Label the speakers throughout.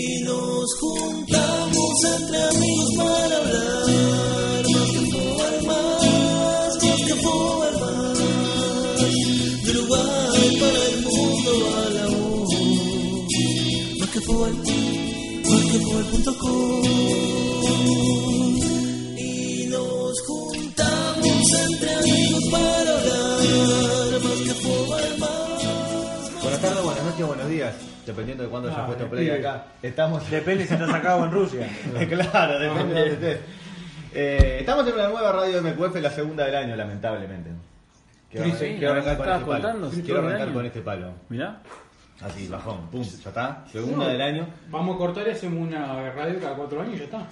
Speaker 1: Nos juntamos entre amigos para hablar. Más que fútbol más, más que fútbol más. De Uruguay para el mundo a la voz. Más que fútbol, más que fútbol.com. Y nos juntamos entre amigos para hablar. Más que fútbol más.
Speaker 2: Buenas tardes, buenas noches, buenos días, dependiendo de cuándo hayas
Speaker 3: Ah,
Speaker 2: puesto
Speaker 3: me
Speaker 2: play
Speaker 3: pide.
Speaker 2: acá. Estamos Eh,
Speaker 3: Depende si estás acá o en Rusia.
Speaker 2: claro, depende de dónde estés. Eh, estamos en una nueva radio MQF, la segunda del año, lamentablemente. Quiero,
Speaker 3: Sí, sí,
Speaker 2: quiero arrancar con
Speaker 4: estabas
Speaker 2: este palo.
Speaker 4: contando, sí,
Speaker 2: Quiero
Speaker 4: todo el
Speaker 2: arrancar
Speaker 4: año.
Speaker 2: con este palo.
Speaker 4: Mirá.
Speaker 2: Así, bajón, pum, ya está. Segunda
Speaker 3: No.
Speaker 2: del año.
Speaker 3: Vamos a cortar y hacemos una radio cada cuatro años y ya está.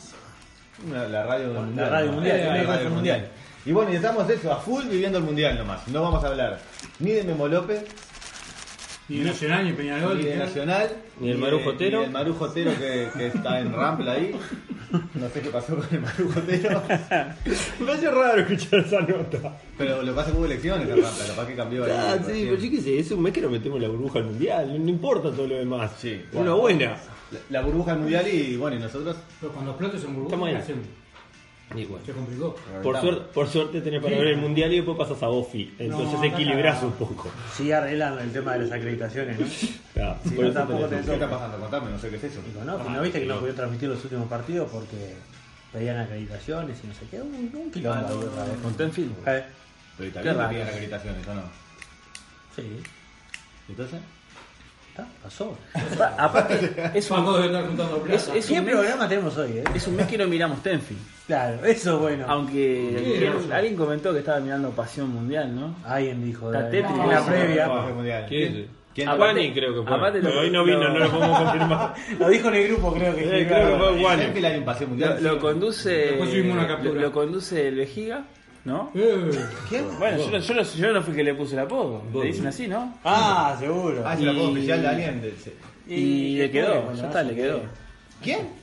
Speaker 2: Una- la radio mundial.
Speaker 3: radio
Speaker 2: ¿no?
Speaker 3: mundial,
Speaker 2: Eh,
Speaker 3: la
Speaker 2: la radio
Speaker 3: radio
Speaker 2: mundial. Y bueno, y estamos eso, a full viviendo el mundial nomás. No vamos a hablar ni de Memo López,
Speaker 3: Ni de Nacional, ni de Peñarol,
Speaker 2: ni
Speaker 3: ni
Speaker 2: de
Speaker 3: nada.
Speaker 2: Nacional,
Speaker 4: Ni el
Speaker 2: de-
Speaker 4: Marujotero.
Speaker 2: ni el Marujotero que, que está en Rampla ahí. No sé qué pasó con el Marujotero.
Speaker 5: Me hace raro escuchar esa nota.
Speaker 2: Pero lo que pasa es que hubo elecciones en Rampla, capaz que cambió ahí.
Speaker 5: Ah,
Speaker 2: recién.
Speaker 5: sí, Ah,
Speaker 6: pues
Speaker 5: pero yo qué sé, es un mes que nos metemos en la burbuja al mundial, no importa todo lo demás.
Speaker 2: Sí,
Speaker 5: Una
Speaker 2: bueno.
Speaker 5: buena.
Speaker 2: La, la burbuja del mundial y bueno, y nosotros.
Speaker 3: Pero cuando explotes en
Speaker 5: Estamos ahí.
Speaker 3: Burbuja, se,
Speaker 5: Y bueno.
Speaker 3: se complicó.
Speaker 5: Por,
Speaker 2: reventamos.
Speaker 5: suerte- por suerte tenés para
Speaker 3: Sí.
Speaker 5: ver el mundial y después pasas a Bofi. Entonces
Speaker 3: No,
Speaker 5: equilibras
Speaker 3: no,
Speaker 5: un
Speaker 3: no.
Speaker 5: poco.
Speaker 6: Sí, arreglan el tema de las acreditaciones, ¿no?
Speaker 5: Claro,
Speaker 6: Sí,
Speaker 5: por
Speaker 6: no,
Speaker 5: eso
Speaker 6: tampoco
Speaker 5: tenés
Speaker 6: tenés
Speaker 5: un-
Speaker 2: ¿Qué está pasando? Contame, no sé qué es eso. Ah,
Speaker 6: Digo, no, que no viste que no podían transmitir los últimos partidos porque pedían acreditaciones y no sé qué. Un, un
Speaker 2: Ah,
Speaker 6: quilombo ahí otra vez.
Speaker 4: Con Tenfield.
Speaker 6: Eh,
Speaker 2: Pero
Speaker 6: Qué
Speaker 2: también
Speaker 6: raro.
Speaker 2: pedían acreditaciones, ¿o no?
Speaker 6: Sí,
Speaker 2: Entonces.
Speaker 6: está, pasó. Pa- Aparte,
Speaker 4: Es un,
Speaker 3: Vamos a estar juntando plata.
Speaker 4: Es- es-
Speaker 6: ¿qué
Speaker 4: un mes.
Speaker 6: programa tenemos hoy, eh?
Speaker 4: es un mes que no miramos Ah, Tenfield.
Speaker 6: Claro, eso es bueno.
Speaker 4: Aunque
Speaker 3: Sí,
Speaker 4: alguien- alguien comentó que estaba mirando Pasión Mundial, ¿no?
Speaker 6: Alguien dijo
Speaker 4: Está
Speaker 6: de,
Speaker 4: tétrico.
Speaker 6: en la
Speaker 4: No,
Speaker 2: no,
Speaker 6: previa.
Speaker 2: no, el mundial.
Speaker 5: ¿Qué es? Ah,
Speaker 2: ¿Quién?
Speaker 4: Aparte-
Speaker 5: Guani creo que fue.
Speaker 4: aparte lo-
Speaker 5: Pero hoy no vino,
Speaker 4: lo-
Speaker 5: no lo podemos confirmar.
Speaker 6: Lo dijo en el grupo, creo que.
Speaker 5: Eh, creo que fue
Speaker 2: Igual,
Speaker 5: Guani.
Speaker 2: Tenfield hay un paseo
Speaker 4: Lo,
Speaker 2: mundial.
Speaker 4: lo conduce.
Speaker 3: Después subimos una captura.
Speaker 4: Lo, lo conduce el Vejiga, ¿no?
Speaker 3: Eh,
Speaker 4: Bueno, yo, no- yo, no- yo no fui que le puse el apodo. Le dicen así, ¿no?
Speaker 6: Ah, seguro.
Speaker 2: Ah, se la puedo
Speaker 4: Y-
Speaker 2: oficial de alguien. de- se-
Speaker 4: Y, le quedó,
Speaker 6: bueno,
Speaker 4: ya está, le quedó.
Speaker 2: ¿Quién?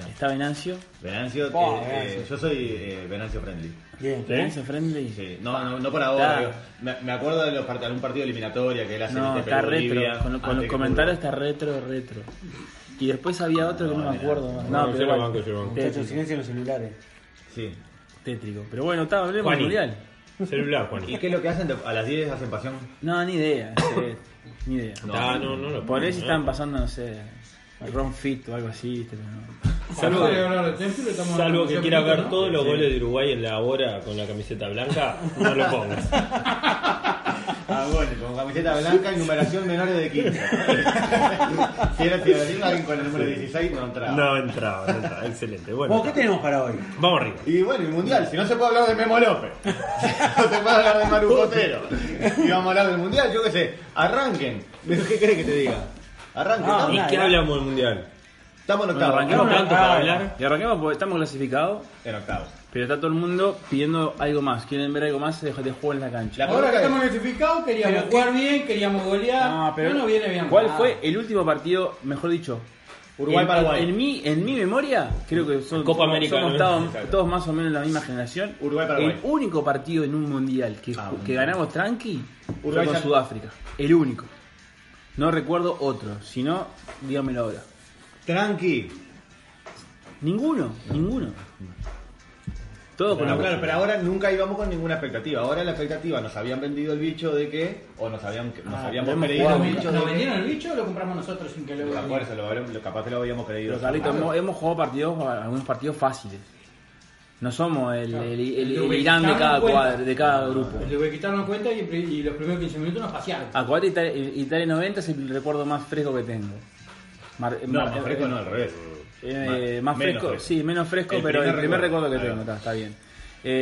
Speaker 2: ya.
Speaker 4: está Venancio,
Speaker 2: Venancio,
Speaker 6: Buah,
Speaker 2: eh,
Speaker 6: Venancio.
Speaker 2: eh, yo soy eh, Venancio friendly.
Speaker 6: Bien.
Speaker 4: Venancio Friendly.
Speaker 2: Sí, No, no, no por ahora.
Speaker 4: Está.
Speaker 2: digo, Me, me acuerdo de los part- algún partido eliminatoria que él hace
Speaker 4: No,
Speaker 2: en este
Speaker 4: está retro. Con,
Speaker 5: Ah,
Speaker 4: con los comentarios está retro, retro. Y después había otro que no, me acuerdo. No,
Speaker 5: No,
Speaker 4: pero
Speaker 5: yo lo
Speaker 4: igual,
Speaker 5: banco, yo lo banco.
Speaker 6: Muchachos,
Speaker 4: Tétrico,
Speaker 6: silencio en los celulares.
Speaker 2: Sí.
Speaker 4: tétrico. Pero bueno, está, hablemos del
Speaker 5: Juani.
Speaker 4: mundial.
Speaker 5: Celular,
Speaker 2: ¿Y
Speaker 5: Juani.
Speaker 2: qué es lo que hacen? A las 10 hacen pasión.
Speaker 4: No, ni idea. sí, ni idea.
Speaker 5: No, no, no lo
Speaker 4: Por
Speaker 5: pongo,
Speaker 4: eso
Speaker 5: ¿no?
Speaker 4: están pasando, no sé, Ron Fit o algo así. viste, pero no.
Speaker 5: Salvo-
Speaker 3: Salvo, hablar de Tenfield, estamos
Speaker 5: Salvo que quiera ver
Speaker 3: todo
Speaker 5: todos los goles de Uruguay en la hora con la camiseta blanca, no lo pongas.
Speaker 2: Ah, bueno, con camiseta blanca y numeración menores de 15. si era si era alguien con el número 16, no entraba.
Speaker 5: No entraba, no entraba. Excelente.
Speaker 6: Bueno,
Speaker 5: Bueno,
Speaker 6: ¿qué tenemos para hoy?
Speaker 5: vamos arriba.
Speaker 2: Y bueno, el mundial, si no se puede hablar de Memo López, no se puede hablar de Maru Cotero, y vamos a hablar del mundial, yo qué sé, arranquen. Pero ¿qué crees que te diga? Arranquen,
Speaker 6: Ah,
Speaker 2: estamos-
Speaker 5: ¿Y qué hablamos del mundial?
Speaker 2: estamos en octavos.
Speaker 4: arranquemos Ah,
Speaker 2: Estamos
Speaker 5: tanto para hablar.
Speaker 4: Y arranquemos porque estamos clasificados,
Speaker 2: En octavos.
Speaker 4: pero está todo el mundo pidiendo algo más. Quieren ver algo más de, de juego en la cancha.
Speaker 2: La
Speaker 3: Ahora que
Speaker 2: pregunta
Speaker 3: estamos notificados, queríamos
Speaker 6: Pero-
Speaker 3: jugar bien, queríamos golear.
Speaker 4: No, pero
Speaker 3: no nos viene bien.
Speaker 4: ¿Cuál
Speaker 3: nada.
Speaker 4: fue el último partido, mejor dicho?
Speaker 2: Uruguay,
Speaker 4: En-
Speaker 2: Paraguay.
Speaker 4: En, mi, en mi memoria, creo que son,
Speaker 5: Copa
Speaker 4: somos-
Speaker 5: América,
Speaker 4: somos
Speaker 5: ¿no?
Speaker 4: todos-
Speaker 2: Exacto.
Speaker 4: todos más o menos la misma generación.
Speaker 2: Uruguay, Paraguay.
Speaker 4: El único partido en un mundial que,
Speaker 2: Ah, un-
Speaker 4: que ganamos tranqui
Speaker 2: Uruguay,
Speaker 4: fue con
Speaker 2: ya-
Speaker 4: Sudáfrica. El único. No recuerdo otro, si no, dígamelo ahora.
Speaker 2: es, Tranqui.
Speaker 4: Ninguno, ninguno. Todo con
Speaker 2: Bueno,
Speaker 4: la
Speaker 2: claro, pero ahora nunca íbamos con ninguna expectativa. Ahora la expectativa nos habían vendido el bicho de que, o nos habían nos habíamos
Speaker 4: hemos
Speaker 2: creído
Speaker 3: ¿Nos
Speaker 2: el bicho
Speaker 4: jugado
Speaker 3: vendieron-
Speaker 2: de
Speaker 3: ¿Nos
Speaker 2: que.
Speaker 3: vendieron el bicho o lo compramos nosotros sin que lo
Speaker 2: Ah, por eso, lo habremos- lo- capaz que lo habíamos creído.
Speaker 4: Pero Carlitos, hemos, hemos jugado partidos, algunos partidos fáciles. No somos el, el- el- el
Speaker 3: Lo que
Speaker 4: Irán de
Speaker 3: quitaron
Speaker 4: cada
Speaker 3: cuenta.
Speaker 4: cuadro, de cada grupo.
Speaker 3: Les voy a quitarnos cuenta y, y los primeros 15 minutos nos pasearon.
Speaker 4: Acuérdate, Italia, Italia 90 es el recuerdo más fresco que tengo. Mar-
Speaker 2: No,
Speaker 4: mar-
Speaker 2: más fresco no, al revés.
Speaker 4: eh,
Speaker 2: Ma-
Speaker 4: más
Speaker 2: menos
Speaker 4: fresco, sí, menos fresco, pero el primer recuerdo que
Speaker 2: Ahí
Speaker 4: tengo,
Speaker 2: va.
Speaker 4: está, está bien.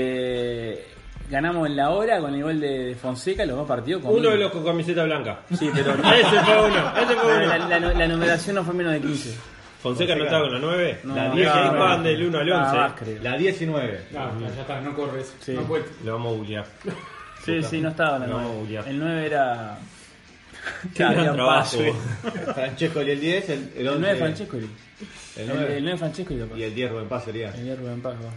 Speaker 4: Eh, ganamos en la hora con el gol de, de Fonseca, los dos partidos. con
Speaker 5: Uno de
Speaker 4: mil.
Speaker 5: los con camiseta blanca.
Speaker 4: Sí, pero
Speaker 5: Ese fue uno, ese fue
Speaker 4: la,
Speaker 5: uno.
Speaker 4: la- la- la numeración no fue menos de 15.
Speaker 5: Fonseca no estaba con la 9.
Speaker 4: No,
Speaker 5: La
Speaker 4: no,
Speaker 5: 10
Speaker 4: no,
Speaker 5: ahí
Speaker 4: no,
Speaker 5: van
Speaker 4: no.
Speaker 5: del 1 al
Speaker 4: Ah,
Speaker 5: 11.
Speaker 4: más, creo.
Speaker 2: La 19.
Speaker 3: Claro, ya está, no corres.
Speaker 4: Sí.
Speaker 3: No cuesta.
Speaker 5: Lo vamos a googlear.
Speaker 4: Sí, sí, no estaba la
Speaker 5: No,
Speaker 4: 9.
Speaker 5: ya.
Speaker 4: El 9 era.
Speaker 5: Gran
Speaker 4: Claro,
Speaker 5: trabajo.
Speaker 2: Francesco y el 10, el, el 11.
Speaker 4: El 9 Francesco. El
Speaker 2: El 9.
Speaker 4: 9 Francesco y capaz.
Speaker 2: Y el 10 Rubén Paz sería.
Speaker 4: El de Rubén Paz, capaz.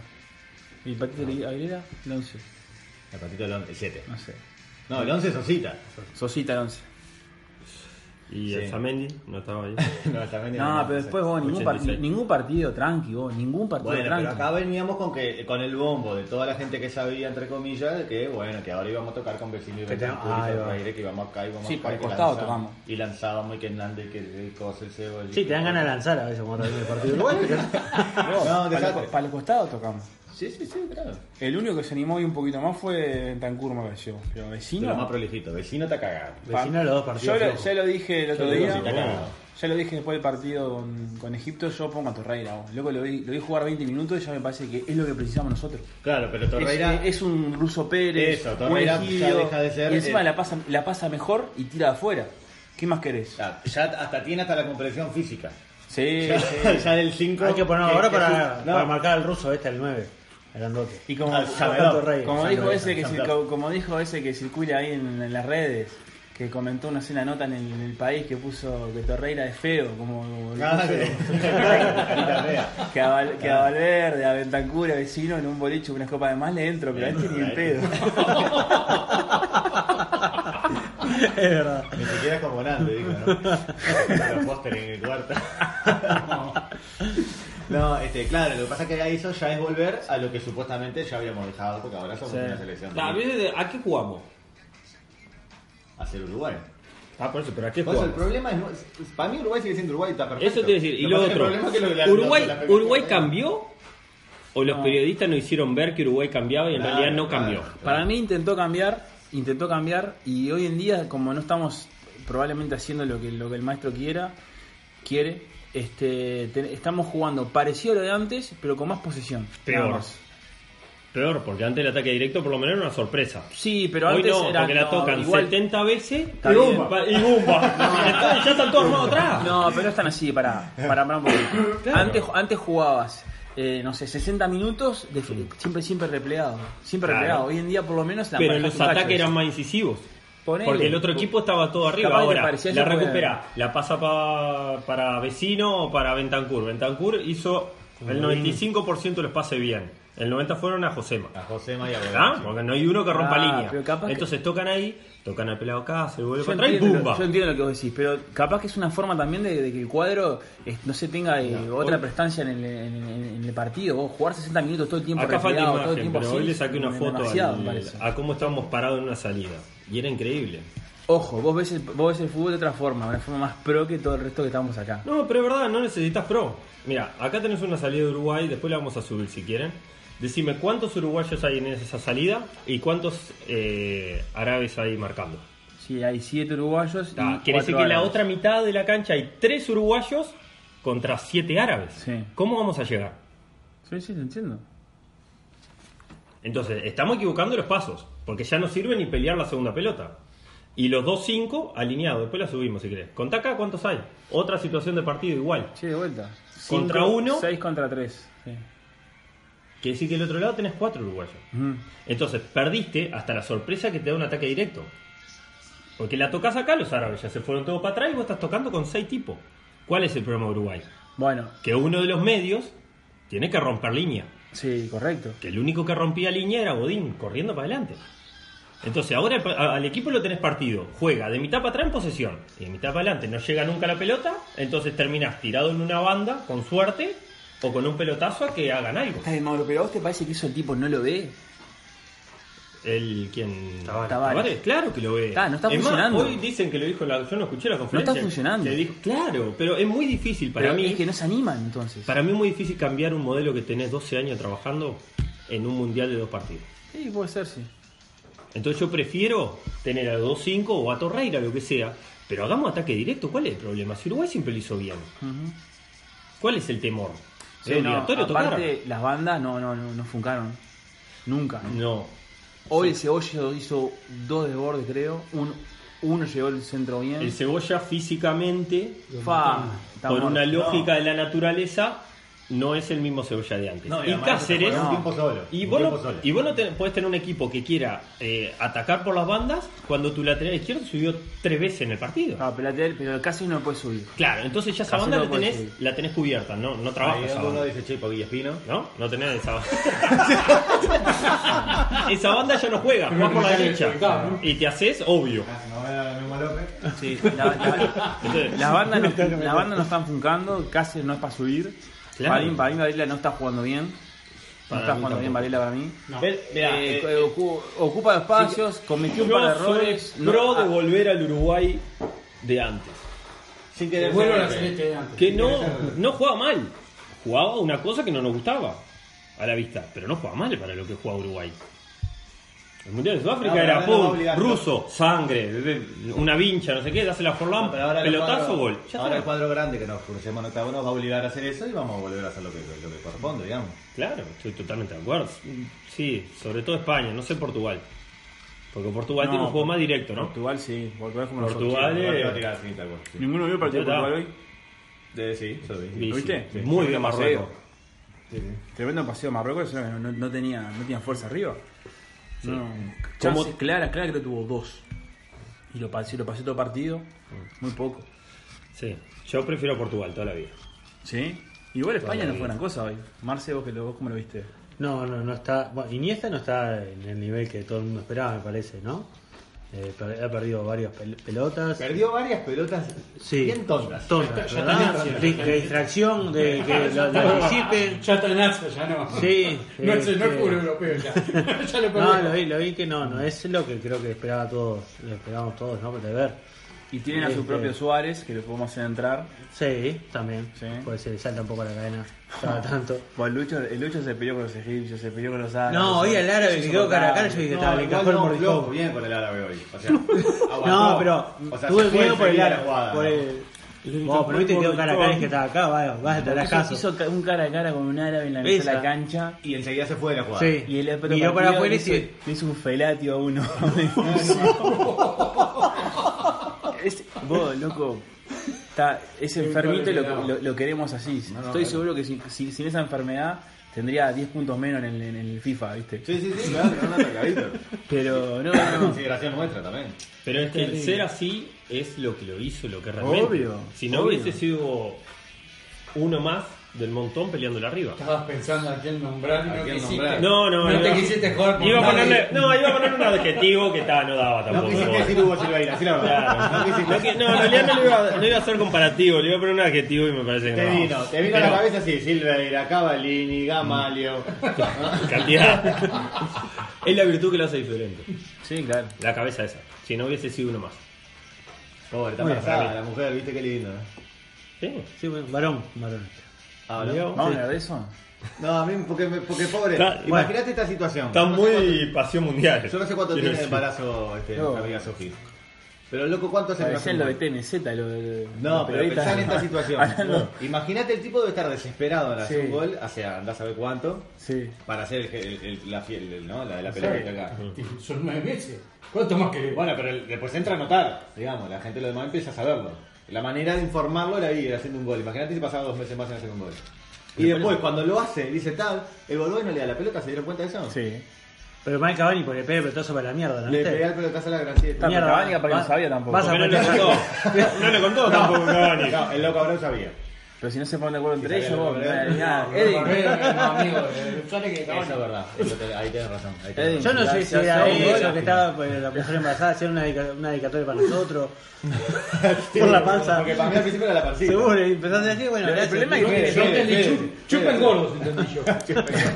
Speaker 4: Y el Patito Aguilera, el 11.
Speaker 2: El patito del 11, el 7.
Speaker 4: No sé.
Speaker 2: No, el 11 es Osita.
Speaker 4: Sosita el 11.
Speaker 5: Y
Speaker 2: Sí.
Speaker 5: el Zamendi no estaba ahí.
Speaker 2: no, también era
Speaker 4: No,
Speaker 2: el
Speaker 4: pero
Speaker 2: 11.
Speaker 4: después vos, ningún, parti-
Speaker 5: 86.
Speaker 4: ningún partido tranqui, vos, ningún partido
Speaker 2: Bueno,
Speaker 4: tranqui.
Speaker 2: pero acá veníamos con que con el bombo de toda la gente que sabía, entre comillas, de que bueno, que ahora íbamos a tocar con vecinos y
Speaker 6: Que te-
Speaker 2: Bentancur y
Speaker 6: ahí va.
Speaker 2: Ferreira, que íbamos acá, íbamos
Speaker 4: Sí,
Speaker 2: acá,
Speaker 4: por el
Speaker 2: que
Speaker 4: costado
Speaker 2: lanzábamos,
Speaker 4: tocamos.
Speaker 2: Y lanzábamos y que Hernández, que el cosa, el cebo.
Speaker 6: Sí, te dan ganas de lanzar a veces cuando termina el partido. Bueno,
Speaker 4: Vos,
Speaker 2: No, un
Speaker 4: para, el,
Speaker 2: desastre.
Speaker 6: pues.
Speaker 4: para el costado tocamos.
Speaker 2: Sí, sí, sí, claro.
Speaker 4: El único que se animó hoy un poquito más fue Tancur, me pareció. Pero
Speaker 2: Pero
Speaker 4: vecino.
Speaker 2: más prolijito, vecino está cagado.
Speaker 6: Vecino de los dos partidos.
Speaker 4: Yo lo-
Speaker 6: flojos.
Speaker 4: ya lo dije el otro
Speaker 2: Yo lo
Speaker 4: día.
Speaker 2: digo, sí, está cagado.
Speaker 4: Ya lo dije después del partido con, con Egipto, yo pongo a Torreira. vos. Loco, lo vi, lo vi jugar 20 minutos y ya me parece que es lo que precisamos nosotros.
Speaker 2: Claro, pero Torreira.
Speaker 4: Es, es un Ruso Pérez,
Speaker 2: Eso, Torreira
Speaker 4: un
Speaker 2: ya
Speaker 4: Egidio,
Speaker 2: deja de ser
Speaker 4: Y encima
Speaker 2: el-
Speaker 4: la, pasa, la pasa mejor y tira de afuera. ¿Qué más querés?
Speaker 2: ya, ya hasta tiene hasta la comprensión física.
Speaker 4: Sí,
Speaker 2: ya,
Speaker 4: sí.
Speaker 2: ya del 5.
Speaker 6: Hay que ponerlo ahora para, para marcar al ruso este, el 9. El andote.
Speaker 4: Y como,
Speaker 2: Al
Speaker 4: como-
Speaker 2: Salvador.
Speaker 6: Torreira,
Speaker 4: como
Speaker 6: San
Speaker 4: dijo
Speaker 6: Lorenzo,
Speaker 4: ese que
Speaker 6: San
Speaker 4: cir-
Speaker 6: Lorenzo.
Speaker 4: como dijo ese que circula ahí en, en las redes, que comentó una, una nota en el, en el país que puso que Torreira es feo, como, como-
Speaker 2: Ah,
Speaker 4: que, a Val- que a Valverde, a Bentancura, vecino, en un boliche, unas copas de más le entro, pero a este ni en pedo.
Speaker 6: Es verdad.
Speaker 2: Ni siquiera como Nando, digo, ¿no? Los póster en el cuarto. No, este, claro, lo que pasa es que ya eso ya es volver a lo que supuestamente ya habíamos dejado, porque ahora somos
Speaker 4: Sí.
Speaker 2: una selección.
Speaker 5: Nah,
Speaker 2: de-
Speaker 5: ¿viste de- ¿A qué jugamos?
Speaker 2: A ser Uruguay.
Speaker 5: Ah, por eso, pero ¿a qué
Speaker 2: Por eso, el
Speaker 5: jugamos?
Speaker 2: problema es. no- Para mí, Uruguay sigue siendo Uruguay, está perfecto.
Speaker 5: Eso te iba a decir. Y lo
Speaker 2: que pasa es que
Speaker 5: otro,
Speaker 2: el problema es que lo- la-
Speaker 5: ¿Uruguay,
Speaker 2: la- la-
Speaker 5: Uruguay
Speaker 2: la-
Speaker 5: cambió? ¿O los
Speaker 4: No.
Speaker 5: periodistas nos hicieron ver que Uruguay cambiaba y en
Speaker 2: Claro,
Speaker 5: realidad no
Speaker 2: claro.
Speaker 5: cambió?
Speaker 4: Para mí intentó cambiar, intentó cambiar y hoy en día como no estamos probablemente haciendo lo que, lo que el maestro quiera, quiere, este, te- estamos jugando parecido a lo de antes, pero con más posesión.
Speaker 5: Peor.
Speaker 4: nada más.
Speaker 5: Peor, porque antes el ataque directo por lo menos era una sorpresa.
Speaker 4: Sí, pero
Speaker 5: Hoy
Speaker 4: antes
Speaker 5: no,
Speaker 4: era
Speaker 5: porque la
Speaker 4: no,
Speaker 5: tocan
Speaker 4: igual,
Speaker 5: 70 veces
Speaker 4: Está bien.
Speaker 5: pa- y bumba. Entonces ya están todos armados atrás.
Speaker 4: No, pero no están así, para para un poquito.
Speaker 5: Claro.
Speaker 4: Antes, antes jugabas, eh, no sé, 60 minutos, de- siempre, siempre replegado. Siempre
Speaker 5: Claro.
Speaker 4: replegado. Hoy en día, por lo menos, la
Speaker 5: pero
Speaker 4: pareja
Speaker 5: los
Speaker 4: con
Speaker 5: ataques
Speaker 4: cachos.
Speaker 5: eran más incisivos.
Speaker 4: Ponele.
Speaker 5: Porque el otro equipo estaba todo arriba.
Speaker 4: Capaz que
Speaker 5: Ahora
Speaker 4: parecía
Speaker 5: la
Speaker 4: yo que-
Speaker 5: recupera, la pasa pa- para Vecino o para Bentancur. Bentancur hizo el 95% de los pases bien. El 90% fueron a Josema.
Speaker 2: A José Maya
Speaker 5: ¿Ah? Porque no hay uno que rompa
Speaker 4: Ah,
Speaker 5: línea.
Speaker 4: pero capaz que-
Speaker 5: Entonces tocan ahí, tocan al pelado acá, se vuelve
Speaker 4: Yo
Speaker 5: para atrás y
Speaker 4: entiendo,
Speaker 5: ¡bumba!
Speaker 4: yo entiendo lo que vos decís, pero capaz que es una forma también de, de que el cuadro eh, no se tenga eh, otra prestancia en el, en- en- en el partido. Vos jugar 60 minutos todo el tiempo
Speaker 5: Acá falta
Speaker 4: replegado, todo el
Speaker 5: imagen,
Speaker 4: tiempo
Speaker 5: pero
Speaker 4: así,
Speaker 5: hoy le saqué una
Speaker 4: es
Speaker 5: foto
Speaker 4: demasiado,
Speaker 5: al-
Speaker 4: me parece.
Speaker 5: a cómo estábamos parados en una salida. Y era increíble.
Speaker 4: Ojo, vos ves, el, vos ves el fútbol de otra forma, una forma más pro que todo el resto que estamos acá.
Speaker 5: No, pero es verdad, no necesitas pro. Mira, acá tenés una salida de Uruguay, después la vamos a subir si quieren. Decime cuántos uruguayos hay en esa salida y cuántos eh, árabes hay marcando.
Speaker 4: Sí, hay 7 uruguayos. y
Speaker 5: Ah, Quiere decir
Speaker 4: Mm, cuatro
Speaker 5: que en la
Speaker 4: árabes.
Speaker 5: otra mitad de la cancha hay tres uruguayos contra siete árabes.
Speaker 4: Sí.
Speaker 5: ¿Cómo vamos a llegar?
Speaker 4: Sí, sí, te entiendo.
Speaker 5: Entonces, estamos equivocando los pasos, porque ya no sirve ni pelear la segunda pelota. Y los dos cinco alineados, después la subimos si querés. Contá acá cuántos hay. Otra situación de partido igual.
Speaker 4: Sí, de vuelta.
Speaker 5: Contra uno.
Speaker 4: 6 contra 3. Sí.
Speaker 5: Quiere decir que del otro lado tenés cuatro uruguayos.
Speaker 4: Ujú.
Speaker 5: Entonces, perdiste hasta la sorpresa que te da un ataque directo. Porque la tocas acá, los árabes ya se fueron todos para atrás y vos estás tocando con seis tipos. ¿Cuál es el problema de Uruguay?
Speaker 4: Bueno,
Speaker 5: Que uno de los medios tiene que romper línea.
Speaker 4: sí, correcto.
Speaker 5: Que el único que rompía línea era Godín, corriendo para adelante. Entonces ahora a- al equipo lo tenés partido. Juega de mitad para atrás en posesión. Y de mitad para adelante no llega nunca la pelota. Entonces terminás tirado en una banda, con suerte, o con un pelotazo a que hagan algo.
Speaker 4: Ay, Mauro, pero a vos te parece que eso el tipo no lo ve.
Speaker 5: El quien.
Speaker 4: Tavares.
Speaker 5: Claro que lo ve.
Speaker 4: Está, no está
Speaker 5: Es más,
Speaker 4: funcionando.
Speaker 5: hoy dicen que lo dijo la. Yo no escuché la conferencia.
Speaker 4: está funcionando.
Speaker 5: Que dijo- claro, pero es muy difícil para
Speaker 4: Pero
Speaker 5: mí.
Speaker 4: Es que no se animan entonces.
Speaker 5: Para mí es muy difícil cambiar un modelo que tenés 12 años trabajando en un mundial de dos partidos.
Speaker 4: Sí, puede ser, sí.
Speaker 5: Entonces yo prefiero tener a 2-5 o a Torreira, lo que sea. Pero hagamos ataque directo. ¿Cuál es el problema? Si Uruguay siempre lo hizo bien.
Speaker 4: Ujú.
Speaker 5: ¿Cuál es el temor? ¿Es
Speaker 4: Sí, no,
Speaker 5: obligatorio tocar?
Speaker 4: aparte, las bandas no, no, no, no funcaron. Nunca.
Speaker 5: No.
Speaker 4: Hoy el Cebollo hizo dos desbordes, creo. Un, uno llegó al centro bien.
Speaker 5: El cebolla físicamente
Speaker 4: Fa, está
Speaker 5: por
Speaker 4: muerto.
Speaker 5: una lógica de la naturaleza no es el mismo Cebolla de antes.
Speaker 2: No,
Speaker 5: y
Speaker 2: además
Speaker 5: Cáceres.
Speaker 2: se juega un
Speaker 4: no.
Speaker 2: tiempo solo.
Speaker 5: Y
Speaker 2: un
Speaker 5: vos, no,
Speaker 2: tiempo solo.
Speaker 5: y vos no te- podés tener un equipo que quiera eh, atacar por las bandas cuando tu lateral izquierdo subió tres veces en el partido.
Speaker 4: Ah, pero, la tele- pero casi no puede subir.
Speaker 5: Claro, entonces ya esa
Speaker 4: Casi
Speaker 5: banda
Speaker 4: no
Speaker 5: la
Speaker 4: puede
Speaker 5: tenés,
Speaker 4: subir.
Speaker 5: la tenés cubierta, no, no trabajas
Speaker 2: Ahí
Speaker 5: esa
Speaker 2: uno
Speaker 5: banda.
Speaker 2: dice, che, Poquilla Espino.
Speaker 5: ¿No? No tenés esa banda. esa banda ya no juega,
Speaker 3: Pero
Speaker 5: juega por
Speaker 3: no
Speaker 5: la
Speaker 3: sale
Speaker 5: derecha.
Speaker 3: el cabo, ¿no?
Speaker 5: Y te haces obvio.
Speaker 4: Ah.
Speaker 2: No voy a Memo López.
Speaker 4: Sí, la- la-
Speaker 5: Entonces,
Speaker 4: las, bandas no, las bandas no están funcando, Cáceres no es para subir.
Speaker 5: Claro.
Speaker 4: Para, mí, para mí Varela no está jugando bien. No
Speaker 5: Para
Speaker 4: está
Speaker 5: mí
Speaker 4: jugando
Speaker 5: tampoco.
Speaker 4: bien Varela para mí.
Speaker 3: No.
Speaker 2: Él- mirá,
Speaker 4: Eh,
Speaker 2: eh,
Speaker 4: ocu- ocupa espacios, cometió un par de
Speaker 5: yo soy
Speaker 4: errores. no-
Speaker 5: pro de
Speaker 4: ah,
Speaker 5: volver al Uruguay de antes.
Speaker 2: sin
Speaker 3: Que
Speaker 2: querer
Speaker 3: vuelva
Speaker 2: ser
Speaker 3: a la
Speaker 2: Pepe.
Speaker 3: celeste de antes.
Speaker 5: Que no, no jugaba mal. Jugaba una cosa que no nos gustaba a la vista. Pero no jugaba mal para lo que jugaba Uruguay. El Mundial de Sudáfrica
Speaker 2: No, pero
Speaker 5: era
Speaker 2: ahora no va a
Speaker 5: pum,
Speaker 2: obligar, ¿no?
Speaker 5: ruso, sangre, una vincha, no sé qué, dásela por
Speaker 2: No,
Speaker 5: Forlán,
Speaker 2: pero ahora el
Speaker 5: pelotazo,
Speaker 2: cuadro-
Speaker 5: gol. Ya
Speaker 2: ahora el
Speaker 5: está.
Speaker 2: cuadro grande que nos crucemos en octavo nos va a obligar a hacer eso y vamos a volver a hacer lo que, lo que corresponde, digamos.
Speaker 5: Claro, estoy totalmente de acuerdo. Sí, sobre todo España, no sé Portugal. Porque Portugal
Speaker 4: No,
Speaker 5: tiene un juego
Speaker 4: Por-
Speaker 5: más directo, ¿no?
Speaker 4: Portugal sí, Portugal es como
Speaker 5: Portugal,
Speaker 4: nosotros.
Speaker 5: eh,
Speaker 2: Igual te va a tirar sin tal cual, sí.
Speaker 4: ¿Ninguno vio el partido de
Speaker 5: Ya está.
Speaker 4: Portugal hoy?
Speaker 2: De- sí, se lo vi.
Speaker 5: Sí, sí.
Speaker 4: viste? Sí.
Speaker 5: Muy bien
Speaker 4: Paseo.
Speaker 5: Marruecos.
Speaker 4: Tremendo paseo a Marruecos, eso no, no- no tenía, no tenía fuerza arriba. No,
Speaker 5: Como-
Speaker 4: chances claras, claras creo que tuvo dos. Y lo pasé, lo pasé todo partido, muy poco.
Speaker 5: Sí, yo prefiero Portugal toda la vida.
Speaker 4: ¿Sí? Igual España no fue gran cosa hoy. Marce, vos, que lo, vos cómo lo viste.
Speaker 6: No, no, no está. Bueno, Iniesta no está en el nivel que todo el mundo esperaba, me parece, ¿no? Eh, per- ha perdido varias pel- pelotas.
Speaker 2: Perdió varias pelotas
Speaker 6: Sí.
Speaker 2: bien tontas.
Speaker 6: Tontas,
Speaker 3: Ya está
Speaker 6: ¿verdad?
Speaker 3: Nancy.
Speaker 6: De, de distracción, de que la, la anticipen.
Speaker 3: Ya está en Asia, ya no.
Speaker 6: Sí,
Speaker 3: No, es, no es
Speaker 6: este-
Speaker 3: puro europeo ya. ya lo
Speaker 6: No,
Speaker 3: perdimos.
Speaker 6: lo vi, lo vi que no, no es lo que creo que esperaba todos, lo esperábamos todos, ¿no? De ver.
Speaker 4: Y tienen a su
Speaker 6: Este.
Speaker 4: propio Suárez, que lo podemos hacer entrar.
Speaker 6: Sí, también.
Speaker 4: Sí.
Speaker 6: Pues se le salta un poco la cadena cada tanto.
Speaker 4: Bueno, el Lucho, el Lucho se peleó con los egipcios, se peleó con los árabes.
Speaker 6: No, oí al árabe que quedó cara a cara, yo dije, estaba, le
Speaker 2: igual
Speaker 6: encajó el
Speaker 2: no,
Speaker 6: mordisco.
Speaker 2: flojo, bien con el árabe hoy. O sea, aguantó.
Speaker 6: No, pero
Speaker 2: O sea,
Speaker 6: tuve
Speaker 2: se fue
Speaker 6: miedo por el
Speaker 2: enseguida la
Speaker 6: árabe,
Speaker 2: jugada,
Speaker 6: por
Speaker 2: ¿no?
Speaker 6: el... Vos, pero viste que quedó cara a cara, es que estaba acá, vaya, vas a tener
Speaker 4: Hizo-
Speaker 6: caso.
Speaker 4: Hizo ca- un cara a cara con un árabe en la mitad de
Speaker 6: Esa.
Speaker 4: la cancha.
Speaker 2: Y enseguida se fue de la jugada.
Speaker 6: Sí.
Speaker 4: Y el otro
Speaker 6: Miró
Speaker 4: partido
Speaker 6: para afuera
Speaker 4: le
Speaker 6: y
Speaker 4: hizo-
Speaker 6: se-
Speaker 4: le hizo un felatio a uno. es, vos, loco. Está, ese enfermito lo, lo- lo queremos así. Estoy seguro que si, si- sin esa enfermedad tendría 10 puntos menos en el, en el FIFA, ¿viste?
Speaker 2: Sí, sí, sí, claro, no, no, atacadito.
Speaker 4: Pero no,
Speaker 2: Una
Speaker 4: no.
Speaker 2: consideración nuestra también.
Speaker 5: Pero es que el ser así es lo que lo hizo, lo que realmente.
Speaker 4: Obvio,
Speaker 5: si no
Speaker 4: obvio.
Speaker 5: hubiese sido uno más del montón peleándolo arriba.
Speaker 3: Estabas pensando a quién nombrar y
Speaker 2: ¿A
Speaker 3: no
Speaker 2: quién
Speaker 3: quisiste.
Speaker 2: nombrar?
Speaker 5: No, no,
Speaker 3: No te
Speaker 5: iba-
Speaker 3: quisiste joder por
Speaker 5: Iba a
Speaker 3: nadie.
Speaker 5: ponerle, no, iba a poner un adjetivo que ta, no daba
Speaker 2: No
Speaker 5: tampoco.
Speaker 2: quisiste decir Hugo Silveira, sí, la verdad.
Speaker 5: Claro.
Speaker 2: No quisiste.
Speaker 5: No, que- no, en realidad no, le iba, no iba a hacer comparativo, le iba a poner un adjetivo y me parece que
Speaker 2: Te
Speaker 5: no.
Speaker 2: vino, te vino a la cabeza así, Silveira, Cavallini, Gamalio.
Speaker 5: cabeza. Cantidad. es la virtud que lo hace diferente.
Speaker 4: Sí, claro.
Speaker 5: La cabeza esa. Si no hubiese sido uno más.
Speaker 2: Pobre, está
Speaker 6: Muy
Speaker 2: embarazada
Speaker 6: bien.
Speaker 2: la mujer, viste qué lindo. ¿eh?
Speaker 5: Sí.
Speaker 6: Sí, bueno, varón, varón.
Speaker 2: Ah, ¿no?
Speaker 4: ¿Vamos a hablar de eso?
Speaker 2: No, a mí, porque, me- porque pobre.
Speaker 5: Está-
Speaker 2: Imagínate esta situación.
Speaker 5: Está
Speaker 2: Yo no sé
Speaker 5: muy pasión mundial.
Speaker 2: cuánto- Yo no sé cuánto
Speaker 5: Quiero
Speaker 2: tiene de
Speaker 5: decir.
Speaker 2: embarazo este,
Speaker 4: No.
Speaker 2: nuestra amiga Sofi. Pero loco, ¿cuánto hace que no hace
Speaker 4: Parecían lo de
Speaker 2: un-
Speaker 4: TNZ, lo de.
Speaker 2: No,
Speaker 4: los
Speaker 2: pero
Speaker 4: periodistas.
Speaker 2: pensá en esta
Speaker 5: Ah,
Speaker 2: situación.
Speaker 4: Hablando-
Speaker 2: Imagínate el tipo debe estar desesperado en hacer
Speaker 4: Sí.
Speaker 2: un gol, hacia andá a saber cuánto,
Speaker 4: Sí.
Speaker 2: para hacer el, el- el- la, fiel, el- ¿no? la de la pelota acá.
Speaker 3: Tipo, Son nueve meses. ¿Cuánto más querés?
Speaker 2: Bueno, pero el- después entra a notar, digamos, la gente lo demás empieza a saberlo. La manera de informarlo era ir haciendo un gol. Imagínate si pasaba dos meses más en hacer un gol. Y después, cuando lo hace, dice tal, el Godoy no le da la pelota, ¿se dieron cuenta de eso?
Speaker 4: Sí.
Speaker 6: Pero Mike Cavani, porque le pega el pelotazo para la mierda, ¿no?
Speaker 2: Le
Speaker 6: ¿Viste?
Speaker 2: pega el pelotazo a la gracieta.
Speaker 4: Está, pero Cavani capaz que
Speaker 6: va-
Speaker 4: no sabía tampoco.
Speaker 6: vas a
Speaker 5: Porque no le
Speaker 6: poner-
Speaker 5: contó. No le contó tampoco Cavani.
Speaker 2: No, el loco ahora sabía.
Speaker 4: Pero si no se ponen de acuerdo entre
Speaker 2: Sí,
Speaker 4: ellos, vos.
Speaker 2: sabía,
Speaker 4: nada,
Speaker 2: ¿verdad?
Speaker 3: No,
Speaker 4: nada. Ah, Eddie,
Speaker 3: no, no, no, amigo, eh, sale que
Speaker 2: Eso es verdad. Eso te- ahí tenés razón. ahí tenés
Speaker 4: Edwin.
Speaker 2: razón.
Speaker 6: Yo no
Speaker 4: Ya-
Speaker 6: sé si
Speaker 4: ya
Speaker 6: era
Speaker 4: sabía,
Speaker 6: eso,
Speaker 4: lástima.
Speaker 6: que estaba pues, la mujer embarazada, hacían una, dedica- una dedicatoria para nosotros. por la panza.
Speaker 2: Porque para mí al principio era la pancita.
Speaker 6: Seguro, y empezaste así, bueno,
Speaker 4: Pero el
Speaker 6: gracias.
Speaker 4: problema es que-
Speaker 3: Yo entendí,
Speaker 2: Fede,
Speaker 3: chup-
Speaker 2: Fede,
Speaker 3: chupen
Speaker 2: Fede.
Speaker 3: gordos, entendí yo.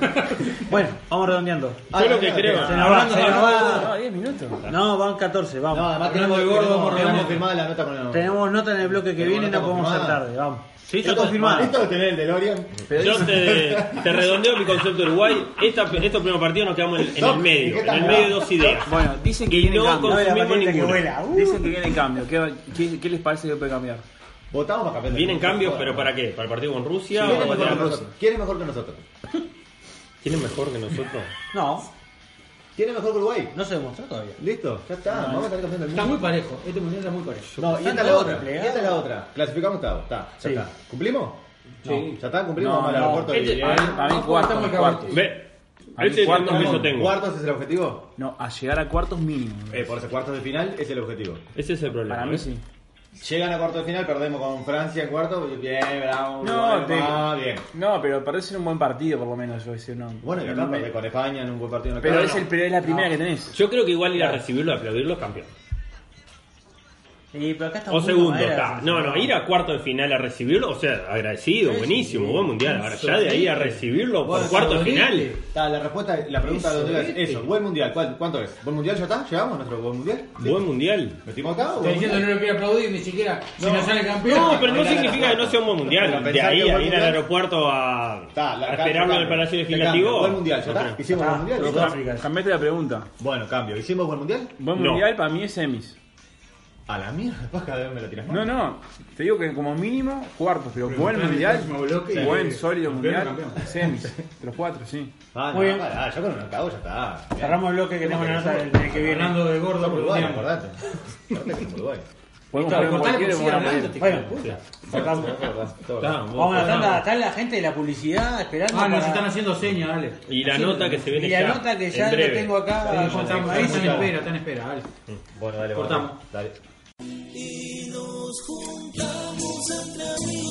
Speaker 6: Bueno, vamos redondeando.
Speaker 2: Ah,
Speaker 5: Yo lo que
Speaker 2: no,
Speaker 5: creo-
Speaker 2: no,
Speaker 6: Se nos va, se nos
Speaker 4: No,
Speaker 6: va.
Speaker 4: 10 minutos.
Speaker 6: No, van 14, vamos.
Speaker 2: No, además
Speaker 3: Hablando
Speaker 2: tenemos
Speaker 3: de
Speaker 2: el
Speaker 3: gordo,
Speaker 2: gordo,
Speaker 3: por lo
Speaker 2: tenemos
Speaker 3: menos.
Speaker 2: firmada la nota con el
Speaker 6: Tenemos nota en el bloque que
Speaker 2: Pero
Speaker 6: viene,
Speaker 2: bueno,
Speaker 6: no
Speaker 2: está
Speaker 6: podemos hacer
Speaker 2: confirmada.
Speaker 6: tarde, vamos. Sí,
Speaker 2: Esto
Speaker 6: yo
Speaker 2: está
Speaker 6: confirmado.
Speaker 2: Esto lo tenés el DeLorean.
Speaker 4: Pero
Speaker 5: Yo te, te redondeo mi concepto de Uruguay. Esta, estos primeros partidos nos quedamos en, en el medio. En el medio de dos ideas.
Speaker 4: Bueno, dicen que
Speaker 5: Y
Speaker 4: viene
Speaker 5: no
Speaker 4: cambio.
Speaker 6: No, de la
Speaker 5: consumimos
Speaker 6: patita que
Speaker 5: ninguno.
Speaker 6: vuela. uh.
Speaker 4: Dicen que viene cambio. ¿Qué, qué, qué les parece que puede cambiar?
Speaker 2: Votamos para campeón. del
Speaker 5: Vienen
Speaker 2: mundo.
Speaker 5: cambios, pero ¿para qué? ¿Para el partido con Rusia?
Speaker 2: ¿Quién es
Speaker 5: o
Speaker 2: mejor
Speaker 5: para-
Speaker 2: que nosotros? ¿Quién es mejor que nosotros?
Speaker 5: ¿Quién es mejor que nosotros?
Speaker 6: No,
Speaker 2: ¿Quién es mejor que Uruguay?
Speaker 6: no se demostró todavía.
Speaker 2: Listo, ya está. Vamos a salir campeón del
Speaker 3: Está
Speaker 2: mundo.
Speaker 3: muy parejo, este mundial está muy parejo.
Speaker 2: No, y esta
Speaker 6: Están
Speaker 2: es la
Speaker 6: todos
Speaker 2: otra. Y
Speaker 6: replegados.
Speaker 2: esta es la otra. Clasificamos octavo. Está, ya
Speaker 6: Sí.
Speaker 2: está. ¿Cumplimos? Sí, ya está, cumplimos
Speaker 4: No,
Speaker 2: vamos al
Speaker 4: no.
Speaker 2: aeropuerto
Speaker 5: Este-
Speaker 2: y-
Speaker 4: A mí, a mí
Speaker 3: No,
Speaker 4: cuartos,
Speaker 3: estamos
Speaker 4: cuartos.
Speaker 5: Ve,
Speaker 4: A mí
Speaker 5: ese es el
Speaker 4: cuartos
Speaker 5: compromiso
Speaker 4: no.
Speaker 5: tengo.
Speaker 2: ¿Cuartos es el objetivo?
Speaker 4: No, a llegar a cuartos mínimo.
Speaker 2: Eh, por ese cuartos de final es el objetivo.
Speaker 5: Ese es el problema. ¿eh?
Speaker 4: Para mí
Speaker 5: ¿ves?
Speaker 4: sí.
Speaker 2: Llegan a cuartos de final, perdemos con Francia en cuartos. Bien, bravo.
Speaker 4: No,
Speaker 2: Uruguay, va, bien.
Speaker 4: No, pero parece ser un buen partido, por lo menos. Yo decir, no.
Speaker 2: Bueno, y
Speaker 4: No
Speaker 2: acá
Speaker 4: me-
Speaker 2: perdés con España en un buen partido. en
Speaker 4: Pero
Speaker 2: octavos.
Speaker 4: es, el, pero es la primera que tenés.
Speaker 5: Yo creo que igual ir a recibirlo, aplaudirlo, campeón.
Speaker 6: Sí, pero acá está
Speaker 5: O
Speaker 6: muy
Speaker 5: segundo,
Speaker 6: madera,
Speaker 5: está.
Speaker 6: sí,
Speaker 5: No,
Speaker 6: sí.
Speaker 5: no, ir a cuarto de final a recibirlo, o sea, agradecido, buenísimo, buen mundial. Ahora ya de ahí a recibirlo por
Speaker 3: Vos
Speaker 5: cuarto de
Speaker 3: aplaudiste.
Speaker 5: final.
Speaker 2: Está, la respuesta, la pregunta de los dos es eso. Buen mundial, ¿cuál- ¿cuánto es? ¿Buen mundial ya está? ¿Llegamos a nuestro buen mundial?
Speaker 5: Buen mundial.
Speaker 2: ¿Metimos acá o
Speaker 3: Está
Speaker 2: buen
Speaker 3: diciendo
Speaker 2: mundial?
Speaker 3: no lo quiero aplaudir ni siquiera si
Speaker 2: No.
Speaker 3: no sale campeón.
Speaker 5: No, pero no
Speaker 2: Bailar
Speaker 5: significa
Speaker 2: a
Speaker 5: que
Speaker 2: la
Speaker 5: no sea un buen
Speaker 2: Pero
Speaker 5: mundial. De
Speaker 2: pensar
Speaker 5: ahí
Speaker 2: que buen
Speaker 5: a ir al
Speaker 2: mundial-
Speaker 5: aeropuerto a,
Speaker 2: Está, la- acá-
Speaker 5: a esperarlo
Speaker 2: cambio.
Speaker 5: en el Palacio
Speaker 2: Te
Speaker 5: Legislativo.
Speaker 2: cambio, Buen mundial, ya está. Hicimos buen mundial.
Speaker 6: Los
Speaker 2: ya está.
Speaker 6: dos. África.
Speaker 4: Cambiaste la pregunta.
Speaker 2: Bueno, cambio. ¿Hicimos buen mundial?
Speaker 4: Buen
Speaker 5: No.
Speaker 4: mundial para mí es semis.
Speaker 2: A la mierda, vas cada vez me lo tiras más.
Speaker 4: No, no. Te digo que como mínimo cuartos, pero buen
Speaker 3: Preguntale
Speaker 4: mundial.
Speaker 3: el próximo bloque y-
Speaker 4: Buen, sólido
Speaker 3: campeón,
Speaker 4: mundial.
Speaker 3: campeón.
Speaker 4: Semis. De los cuatro, sí.
Speaker 2: Ah, no,
Speaker 6: Muy bien.
Speaker 2: pará, yo con un octavo ya está.
Speaker 6: Cerramos el bloque que tenemos la nota del del que viene.
Speaker 3: Fernando de Gordo,
Speaker 2: Somos Uruguay,
Speaker 3: preguntamos.
Speaker 2: acordate. Acordate que somos Uruguay.
Speaker 4: Podemos
Speaker 3: Claro, cortale
Speaker 4: jugar con cualquiera
Speaker 3: porque
Speaker 4: y vamos a
Speaker 3: sigue
Speaker 4: morir.
Speaker 3: hablando,
Speaker 2: Acordate,
Speaker 6: Bueno, sacamos.
Speaker 2: acordate, todo
Speaker 5: Está,
Speaker 2: acordate.
Speaker 6: Vamos a la
Speaker 5: está,
Speaker 6: tanda, está la gente de la publicidad esperando.
Speaker 3: Ah, nos
Speaker 6: para-
Speaker 3: están haciendo señas, dale.
Speaker 5: Y la nota que se viene
Speaker 6: Y la
Speaker 5: ya,
Speaker 6: nota que
Speaker 5: en
Speaker 6: ya
Speaker 5: breve.
Speaker 6: lo tengo acá.
Speaker 3: Están están
Speaker 6: confirmadísimo.
Speaker 3: en espera, están en espera, dale.
Speaker 2: Bueno, dale,
Speaker 3: Cortamos.
Speaker 2: vamos, Dale.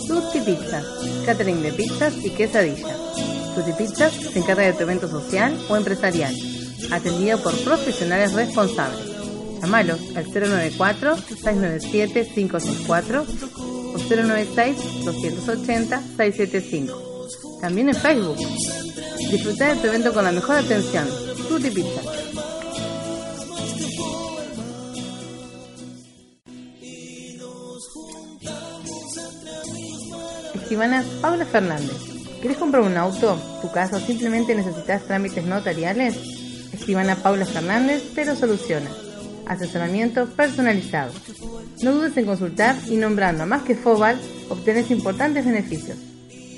Speaker 7: Tutti Pizza, catering de pizzas y quesadilla. Tutti Pizzas se encarga de tu evento social o empresarial, atendido por profesionales responsables. Llámalos al 094-697-564 o 096-280-675. También en Facebook. Disfruta de tu evento con la mejor atención. Tutti Pizza. Estimana Paula Fernández, ¿querés comprar un auto, tu casa o simplemente necesitas trámites notariales? Estimana Paula Fernández te lo soluciona. Asesoramiento personalizado. No dudes en consultar y nombrando a más que Fobal obtenés importantes beneficios.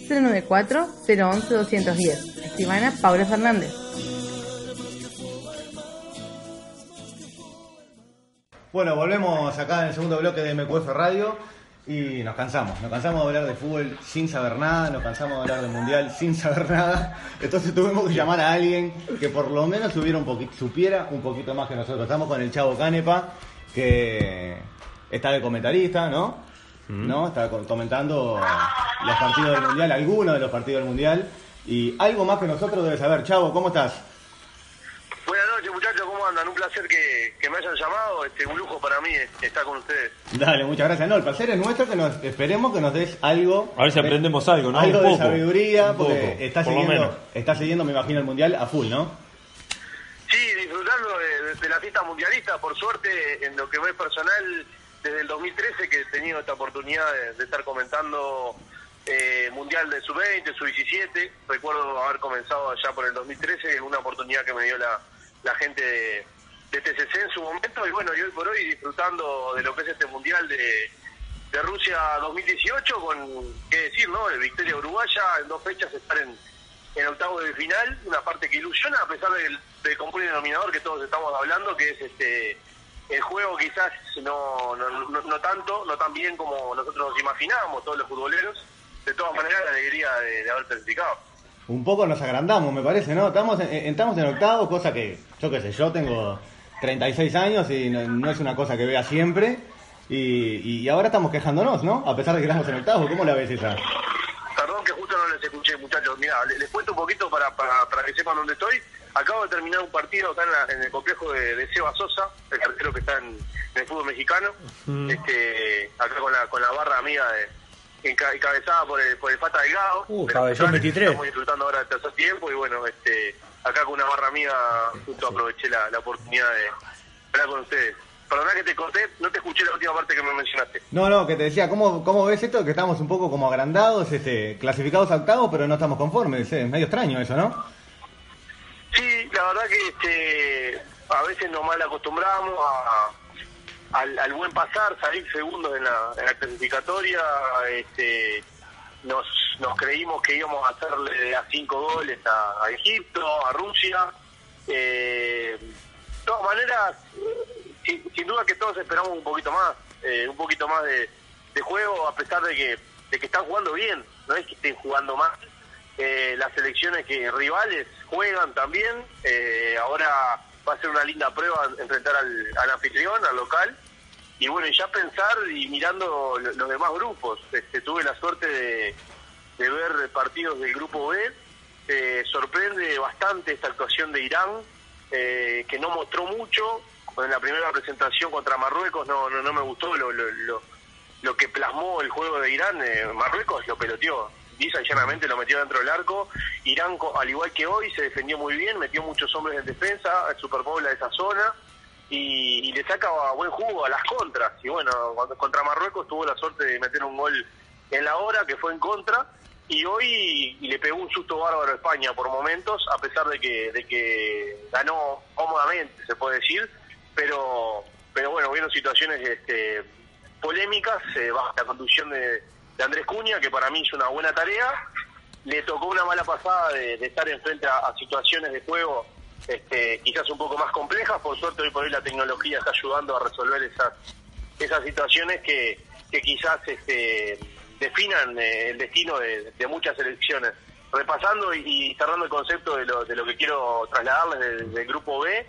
Speaker 7: 094-011-210. Estimana Paula Fernández.
Speaker 2: Bueno, volvemos acá en el segundo bloque de MQF Radio y nos cansamos. Nos cansamos de hablar de fútbol sin saber nada, nos cansamos de hablar del mundial sin saber nada. Entonces tuvimos que llamar a alguien que por lo menos supiera un, poqui- supiera un poquito más que nosotros. Estamos con el Chavo Canepa, que está de comentarista, ¿no?
Speaker 5: Mm.
Speaker 2: ¿No? Está co- comentando los partidos del mundial, algunos de los partidos del mundial. Y algo más que nosotros debe saber. Chavo, ¿cómo estás?
Speaker 8: Buenas noches muchachos, ¿cómo andan? Un placer que, que me hayan llamado, este, un lujo para mí eh, estar con ustedes.
Speaker 2: Dale, muchas gracias. No, el placer es nuestro que nos esperemos que nos des algo.
Speaker 5: A ver si
Speaker 2: de-
Speaker 5: aprendemos algo, ¿no?
Speaker 2: Algo
Speaker 5: Un
Speaker 2: de
Speaker 5: poco.
Speaker 2: sabiduría,
Speaker 5: Un
Speaker 2: porque
Speaker 5: poco,
Speaker 2: estás
Speaker 5: por lo
Speaker 2: siguiendo,
Speaker 5: menos.
Speaker 2: estás siguiendo, me imagino, el mundial a full, ¿no?
Speaker 8: Sí, disfrutando de, de- de la fiesta mundialista, por suerte, en lo que es personal, desde el 2013 que he tenido esta oportunidad de, de estar comentando eh, Mundial de Sub-20, Sub-17. Recuerdo haber comenzado allá por el 2013, una oportunidad que me dio la, la gente de, de TCC en su momento, y bueno, y hoy por hoy disfrutando de lo que es este Mundial de, de Rusia 2018, con, qué decir, ¿no? De victoria uruguaya, en dos fechas estar en en octavo de final, una parte que ilusiona a pesar del, del común denominador que todos estamos hablando, que es este el juego quizás no, no, no- no tanto, no tan bien como nosotros nos imaginábamos, todos los futboleros. De todas maneras, la alegría de, de haber clasificado.
Speaker 2: Un poco nos agrandamos, me parece, ¿no? Estamos en, entramos en octavo, cosa que, yo qué sé, yo tengo 36 años y no, no es una cosa que vea siempre. Y, y ahora estamos quejándonos, ¿no? A pesar de que estamos en octavo, ¿cómo la ves esa?
Speaker 8: Perdón que justo no les escuché, muchachos. Mira, les, cuento un poquito para, para, para que sepan dónde estoy. Acabo de terminar un partido acá en, la- en el complejo de, de Seba Sosa, el cartero que está en, en el fútbol mexicano. Este, acá con la, con la barra amiga de, enca- encabezada por el, por el Pata Delgado.
Speaker 6: Uh,
Speaker 8: Pero
Speaker 6: Cabellón
Speaker 8: claro,
Speaker 6: 23.
Speaker 8: Estamos disfrutando ahora del tercer tiempo y bueno, este, acá con una barra amiga justo aproveché la, la oportunidad de hablar con ustedes. Perdona que te corté, no te escuché la última parte que me mencionaste.
Speaker 2: No, no, que te decía, ¿cómo, cómo ves esto? Que estamos un poco como agrandados, este, clasificados a octavos, pero no estamos conformes. eh, Es medio extraño eso, ¿no?
Speaker 8: Sí, la verdad que este, a veces nos mal acostumbramos a- al, al buen pasar, salir segundos en la, en la clasificatoria. Este, nos, nos creímos que íbamos a hacerle a cinco goles a, a Egipto, a Rusia. Eh, de todas maneras, sin, sin duda que todos esperamos un poquito más, eh, un poquito más de, de juego, a pesar de que de que están jugando bien, no es que estén jugando mal. Eh, las selecciones que rivales juegan también. Eh, ahora va a ser una linda prueba enfrentar al, al anfitrión, al local. Y bueno, y ya pensar y mirando lo- los demás grupos. Este, tuve la suerte de, de ver partidos del grupo B. Eh, sorprende bastante esta actuación de Irán, eh, que no mostró mucho. En la primera presentación contra Marruecos no, no, no me gustó lo, lo, lo- lo que plasmó el juego de Irán. eh, Marruecos lo peloteó, lisa y llanamente lo metió dentro del arco. Irán, co- al igual que hoy, se defendió muy bien, metió muchos hombres en defensa, superpobla esa zona. Y, y le saca buen jugo a las contras. Y bueno, cuando- contra Marruecos tuvo la suerte de meter un gol en la hora que fue en contra y hoy le pegó un susto bárbaro a España por momentos, a pesar de que, de que ganó cómodamente, se puede decir, pero pero bueno, hubieron situaciones este, polémicas eh, bajo la conducción de, de Andrés Cuña, que para mí hizo una buena tarea, le tocó una mala pasada de, de estar enfrente a, a situaciones de juego este, quizás un poco más complejas, por suerte hoy por hoy la tecnología está ayudando a resolver esas, esas situaciones que, que quizás este, definan eh, el destino de, de muchas elecciones. Repasando y, y cerrando el concepto de lo, de lo que quiero trasladarles del, del grupo B,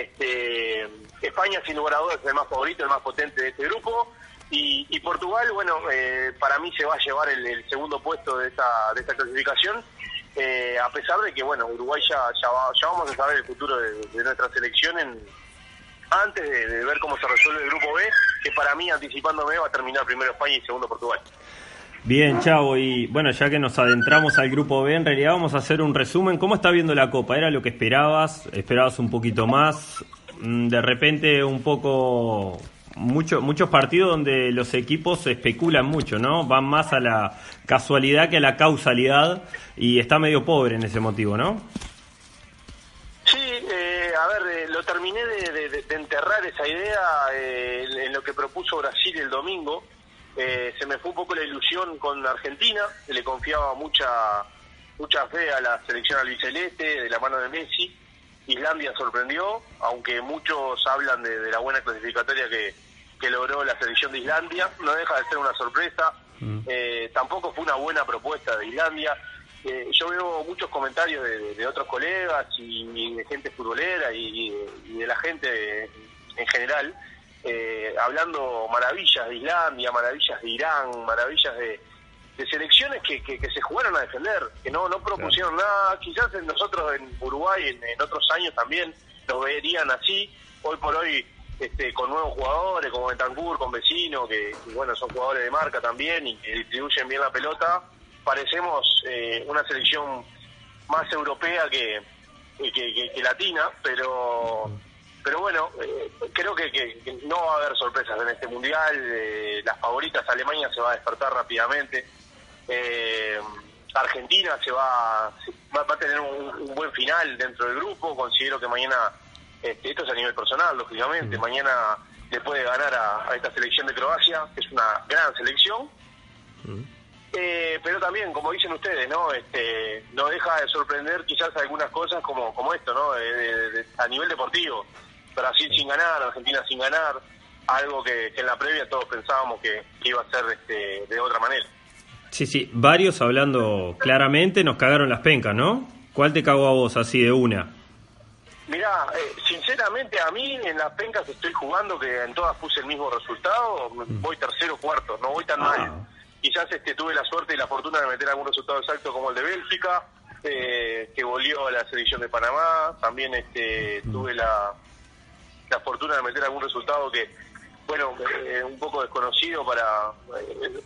Speaker 8: este, España sin lugar a dudas es el más favorito, el más potente de este grupo. Y, y Portugal, bueno, eh, para mí se va a llevar el, el segundo puesto de esta, de esta clasificación, eh, a pesar de que, bueno, Uruguay ya, ya, va- ya vamos a saber el futuro de, de nuestra selección en, antes de, de ver cómo se resuelve el grupo B, que para mí, anticipándome, va a terminar primero España y segundo Portugal.
Speaker 5: Bien, chavo. Y bueno, ya que nos adentramos al grupo B, en realidad vamos a hacer un resumen. ¿Cómo está viendo la Copa? ¿Era lo que esperabas? ¿Esperabas un poquito más? Mm, De repente, un poco. Mucho, muchos partidos donde los equipos especulan mucho, ¿no? Van más a la casualidad que a la causalidad y está medio pobre en ese motivo, ¿no?
Speaker 8: Sí, eh, a ver, eh, lo terminé de, de- de- de enterrar esa idea eh, en- en lo que propuso Brasil el domingo. Eh, se me fue un poco la ilusión con Argentina, que le confiaba mucha mucha fe a la selección albiceleste de la mano de Messi. Islandia sorprendió, aunque muchos hablan de, de la buena clasificatoria que, que logró la selección de Islandia. No deja de ser una sorpresa. Eh, tampoco fue una buena propuesta de Islandia. Eh, yo veo muchos comentarios de, de otros colegas y, y de gente futbolera y, y de la gente en general eh, hablando maravillas de Islandia, maravillas de Irán, maravillas de, de selecciones que, que- que se jugaron a defender, que no, no propusieron nada. Quizás en nosotros en Uruguay en, en otros años también lo verían así. Hoy por hoy este, con nuevos jugadores como Betancourt, con Vecino, que, que, bueno son jugadores de marca también y que distribuyen bien la pelota, parecemos eh, una selección más europea que, que, que- que latina, pero pero bueno, eh, creo que, que- que no va a haber sorpresas en este mundial. eh, las favoritas, Alemania se va a despertar rápidamente. eh, Argentina se va, se- va va a tener un, un buen final dentro del grupo. Considero que mañana, este, esto es a nivel personal, lógicamente, mañana le puede ganar a, a esta selección de Croacia, que es una gran selección. Eh, pero también, como dicen ustedes, ¿no? Este, no deja de sorprender quizás algunas cosas como, como esto, ¿no? De- de- de- a nivel deportivo. Brasil sin ganar, Argentina sin ganar, algo que, que en la previa todos pensábamos que, que iba a ser este, de otra manera.
Speaker 5: Sí, sí, varios hablando claramente nos cagaron las pencas, ¿no? ¿Cuál te cagó a vos así de una?
Speaker 8: Mirá, eh, sinceramente a mí en las pencas que estoy jugando, que en todas puse el mismo resultado, voy tercero o cuarto, no voy tan mal. Quizás este, tuve la suerte y la fortuna de meter algún resultado exacto como el de Bélgica, eh, que volvió a la selección de Panamá, también este, tuve la, la fortuna de meter algún resultado que, bueno, eh, un poco desconocido para... eh,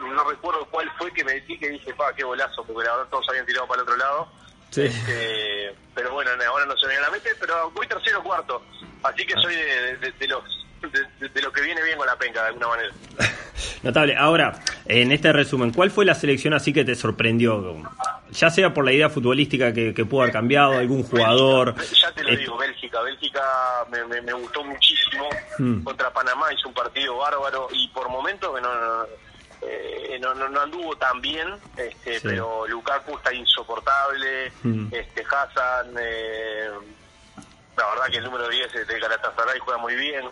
Speaker 8: no, no recuerdo cuál fue que metí que dije, pa, qué golazo, porque la verdad todos habían tirado para el otro lado. Este, pero bueno, ahora no se me viene a la mente, pero voy tercero o cuarto. Así que soy de, de- de los... De, de lo que viene bien con la penca, de alguna manera.
Speaker 5: Notable. Ahora, en este resumen, ¿cuál fue la selección así que te sorprendió? Ya sea por la idea futbolística que, que pudo haber cambiado, algún jugador.
Speaker 8: Ya te lo
Speaker 5: Eh,
Speaker 8: digo, Bélgica. Bélgica me, me- me gustó muchísimo.
Speaker 5: Hmm.
Speaker 8: Contra Panamá hizo un partido bárbaro y por momentos que no, no, eh, no- no- no anduvo tan bien, este,
Speaker 5: Sí.
Speaker 8: pero Lukaku está insoportable.
Speaker 5: Mm.
Speaker 8: Este, Hassan, eh, la verdad que el número 10 de Galatasaray juega muy bien.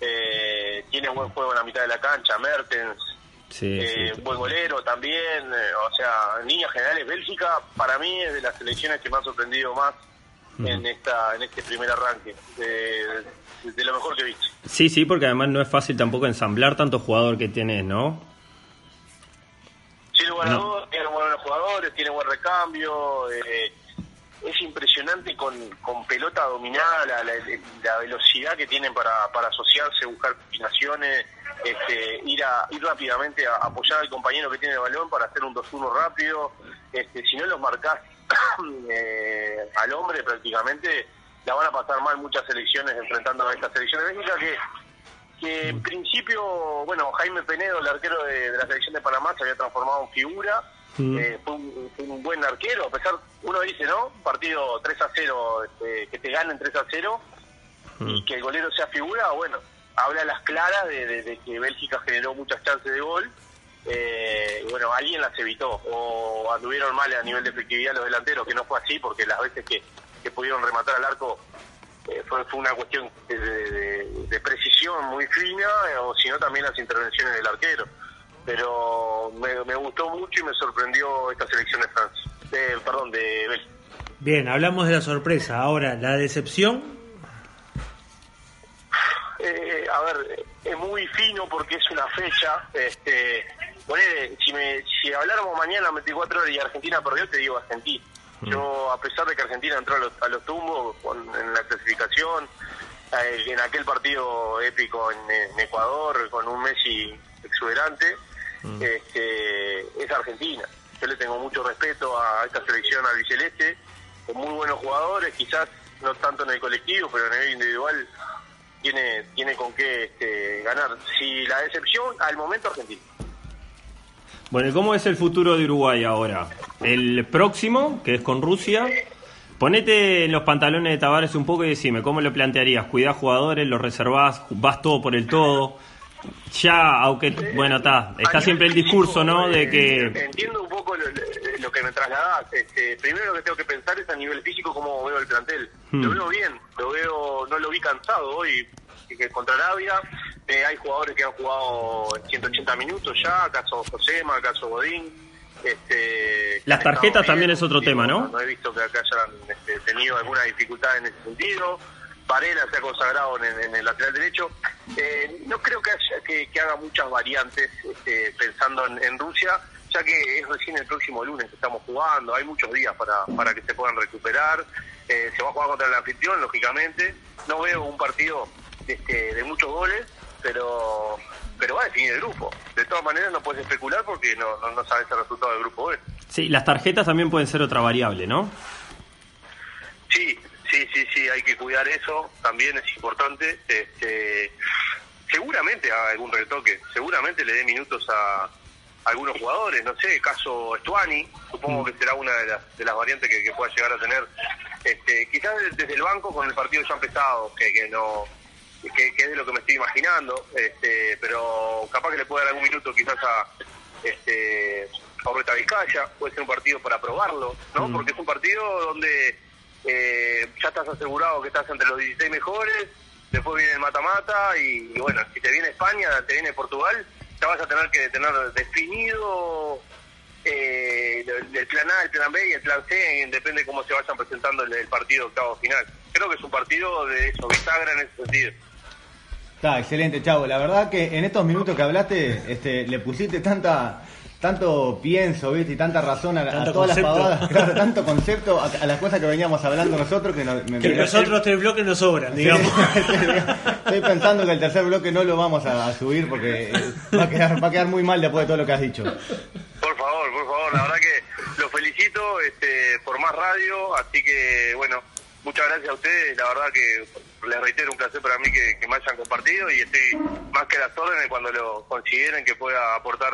Speaker 8: Eh, tiene buen juego en la mitad de la cancha. Mertens,
Speaker 4: Sí,
Speaker 8: eh,
Speaker 4: sí.
Speaker 8: buen golero también, eh, o sea, en líneas generales, Bélgica para mí es de las selecciones que me ha sorprendido más en esta en este primer arranque, de, de lo mejor que he visto.
Speaker 5: Sí, sí, porque además no es fácil tampoco ensamblar tanto jugador que tienes, ¿no?
Speaker 8: Sin lugar a
Speaker 5: No.
Speaker 8: dudas, tiene buenos jugadores, tiene buen recambio, eh, es impresionante con, con pelota dominada, la, la- la velocidad que tienen para, para asociarse, buscar combinaciones, este, ir, a, ir rápidamente a apoyar al compañero que tiene el balón para hacer un 2-1 rápido, este, si no los marcás eh, al hombre prácticamente, la van a pasar mal muchas selecciones enfrentando a esta selección de Bélgica que que en principio, bueno, Jaime Penedo, el arquero de, de la selección de Panamá, se había transformado en figura. Eh, fue, un, fue un buen arquero, a pesar, uno dice, ¿no? Partido 3 a 0, este, que te ganen 3 a 0 y que el golero sea figura, bueno, habla a las claras de, de- de que Bélgica generó muchas chances de gol. Eh, y bueno, alguien las evitó o anduvieron mal a nivel de efectividad los delanteros, que no fue así porque las veces que, que pudieron rematar al arco eh, fue, fue una cuestión de, de- de- de precisión muy fina, eh, o si no también las intervenciones del arquero. Pero me, me gustó mucho y me sorprendió esta selección de Francia, de- perdón, de Bélgica.
Speaker 6: Bien, hablamos de la sorpresa. Ahora, la decepción.
Speaker 8: Eh, a ver, es muy fino porque es una fecha. Este, ponele, si, me, si habláramos mañana 24 horas y Argentina perdió, te digo Argentina. Yo, a pesar de que Argentina entró a los, a los tumbos con- en la clasificación, eh, en aquel partido épico en, en Ecuador, con un Messi exuberante, este, es Argentina. Yo le tengo mucho respeto a esta selección albiceleste, con muy buenos jugadores, quizás no tanto en el colectivo, pero a nivel individual tiene tiene con qué este, ganar. Si la decepción, al momento Argentina.
Speaker 5: Bueno, ¿y cómo es el futuro de Uruguay ahora? El próximo, que es con Rusia. Ponete en los pantalones de Tavares un poco y decime, ¿cómo lo plantearías? ¿Cuidás jugadores? ¿Los reservás? ¿Vas todo por el todo? Ya, aunque, bueno, está, está
Speaker 8: A
Speaker 5: siempre el
Speaker 8: nivel físico,
Speaker 5: discurso, ¿no? De
Speaker 8: eh,
Speaker 5: que...
Speaker 8: Entiendo un poco lo, lo que me trasladás. Este, primero lo que tengo que pensar es a nivel físico cómo veo el plantel.
Speaker 5: Hmm.
Speaker 8: Lo veo bien, lo veo, no lo vi cansado hoy que contra Arabia. eh, hay jugadores que han jugado 180 minutos ya, caso Josema, caso Godín. Este,
Speaker 5: Las
Speaker 8: han
Speaker 5: tarjetas
Speaker 8: estado
Speaker 5: también es otro tema, ¿no?
Speaker 8: No he visto que acá hayan este, tenido alguna dificultad en ese sentido. Varela se ha consagrado en, el- en el lateral derecho. Eh, no creo que, haya- que, que haga muchas variantes este, pensando en, en Rusia, ya que es recién el próximo lunes que estamos jugando. Hay muchos días para, para que se puedan recuperar. Eh, se va a jugar contra el anfitrión, lógicamente. No veo un partido este, de muchos goles, pero pero va a definir el grupo. De todas maneras, no puedes especular porque no, no, no sabes el resultado del grupo hoy.
Speaker 5: Sí, las tarjetas también pueden ser otra variable, ¿no?
Speaker 8: Sí, sí, sí, sí, hay que cuidar eso, también es importante. Este, seguramente haga algún retoque, seguramente le dé minutos a algunos jugadores, no sé, caso Estuani, supongo que será una de las, de las variantes que, que pueda llegar a tener. Este, quizás desde el banco con el partido ya empezado, que, que no que, que es de lo que me estoy imaginando, este, pero capaz que le pueda dar algún minuto quizás a este a Orreta Vizcaya, puede ser un partido para probarlo, ¿no? Porque es un partido donde eh, ya estás asegurado que estás entre los 16 mejores, después viene el mata-mata y, y bueno, si te viene España, te viene Portugal, ya vas a tener que tener definido eh, el- el plan A, el plan B y el plan C, en- depende de cómo se vayan presentando el, el partido octavo final. Creo que es un partido de eso, bisagra en ese sentido.
Speaker 2: Está, excelente, Chavo. La verdad que en estos minutos que hablaste, este, le pusiste tanta, tanto pienso, viste, y tanta razón a, a
Speaker 6: Tanto
Speaker 2: todas
Speaker 6: concepto.
Speaker 2: las pavadas, claro, tanto concepto a, a las cosas que veníamos hablando nosotros que nos- me-
Speaker 6: Que
Speaker 2: me-
Speaker 6: los otros tres bloques nos sobran,
Speaker 2: Sí,
Speaker 6: digamos.
Speaker 2: Estoy pensando que el tercer bloque no lo vamos a, a subir porque eh, va a, quedar, va a quedar muy mal después de todo lo que has dicho.
Speaker 8: Por favor, por favor, la verdad que los felicito este, por más radio, así que bueno, muchas gracias a ustedes, la verdad que les reitero un placer para mí que, que me hayan compartido y estoy más que a las órdenes cuando lo consideren que pueda aportar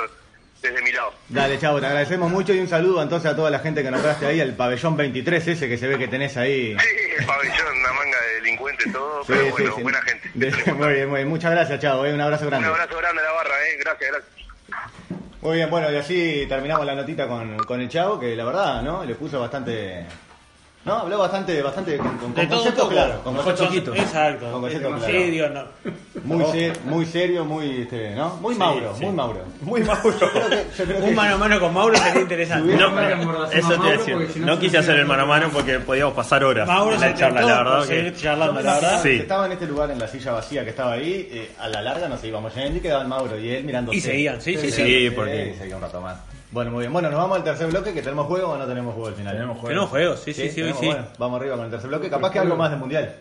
Speaker 8: desde mi lado.
Speaker 2: Dale, Chavo, te agradecemos mucho y un saludo entonces a toda la gente que nombraste ahí, al pabellón 23 ese que se ve que tenés ahí.
Speaker 8: Sí, el pabellón, una manga de delincuentes, todo,
Speaker 2: Sí,
Speaker 8: pero
Speaker 2: sí,
Speaker 8: bueno,
Speaker 2: sí.
Speaker 8: buena gente.
Speaker 2: De- muy bien, muy bien. Muchas gracias, Chavo. eh, Un abrazo
Speaker 8: Un
Speaker 2: grande.
Speaker 8: abrazo grande a la barra, eh. gracias, gracias.
Speaker 2: Muy bien, bueno, y así terminamos la notita con, con el Chavo, que la verdad, ¿no? Le puso bastante... No, habló bastante, bastante con, con- con
Speaker 6: De todo un
Speaker 2: conceptos
Speaker 6: poco.
Speaker 2: claro. Con
Speaker 6: Ojo
Speaker 2: conceptos
Speaker 6: chiquito. Exacto.
Speaker 2: Con conceptos
Speaker 6: Con
Speaker 2: claro.
Speaker 6: serio, no.
Speaker 2: Muy, se- muy serio, muy, este, ¿no? Muy Mauro, muy Mauro.
Speaker 5: Muy Mauro.
Speaker 2: Creo que- yo creo que-
Speaker 6: Un mano a mano con Mauro sería interesante.
Speaker 5: No,
Speaker 3: Ahora que emborrachemos
Speaker 5: eso
Speaker 3: a
Speaker 5: te iba a
Speaker 3: Mauro,
Speaker 5: decir.
Speaker 3: porque si no
Speaker 5: No
Speaker 3: se
Speaker 5: quise
Speaker 3: nos
Speaker 5: hacer
Speaker 3: queda-
Speaker 5: el mano a mano porque podíamos pasar horas
Speaker 6: Mauro
Speaker 5: en
Speaker 6: se
Speaker 5: la charla,
Speaker 6: tentó
Speaker 5: la verdad.
Speaker 6: por seguir
Speaker 5: que-
Speaker 6: charlando, la verdad.
Speaker 5: Sí.
Speaker 2: Estaba en este lugar, en la silla vacía que estaba ahí, eh, a la larga nos íbamos yendo y quedaba el Mauro y él mirando.
Speaker 6: Y seguían, sí, sí,
Speaker 5: Sí,
Speaker 6: sí.
Speaker 5: porque-
Speaker 2: seguía un rato más. Bueno, muy bien. Bueno, nos vamos al tercer bloque, que tenemos juego o no tenemos juego al final.
Speaker 9: Tenemos juego.
Speaker 6: Tenemos juegos, sí, sí, sí, hoy
Speaker 2: tenemos,
Speaker 6: sí.
Speaker 2: bueno, vamos arriba con el tercer bloque. Capaz que algo más de mundial.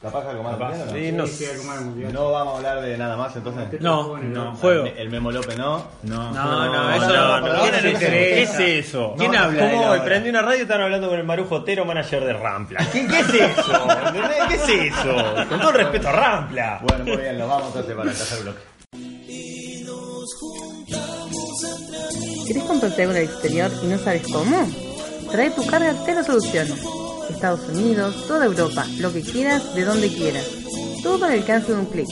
Speaker 2: Capaz que algo más de mundial.
Speaker 5: Sí, no
Speaker 3: Sí,
Speaker 5: sé.
Speaker 3: algo más,
Speaker 2: ¿o No?
Speaker 3: mundial.
Speaker 2: no vamos a hablar de nada más entonces.
Speaker 6: No, no, juego.
Speaker 2: El Memo López no.
Speaker 9: No.
Speaker 6: No, no,
Speaker 5: No,
Speaker 6: eso
Speaker 5: no,
Speaker 6: no.
Speaker 5: no,
Speaker 6: ¿Quién
Speaker 5: no,
Speaker 6: le
Speaker 5: no,
Speaker 6: interesa?
Speaker 5: ¿Qué es eso?
Speaker 6: ¿Quién
Speaker 5: No,
Speaker 6: habla de
Speaker 5: ¿Cómo?
Speaker 6: la hora?
Speaker 5: Prendí una radio y estaban hablando con el Marujo Otero, manager de Rampla. ¿Qué, qué es eso? ¿Entendés? ¿Qué es eso? Con todo el respeto a Rampla.
Speaker 2: Bueno, muy bien, nos vamos entonces para el tercer bloque.
Speaker 7: ¿Querés comprarte algo en el exterior y no sabes cómo? Trae tu carga, te lo soluciono. Estados Unidos, toda Europa, lo que quieras, de donde quieras. Todo al alcance de un clic.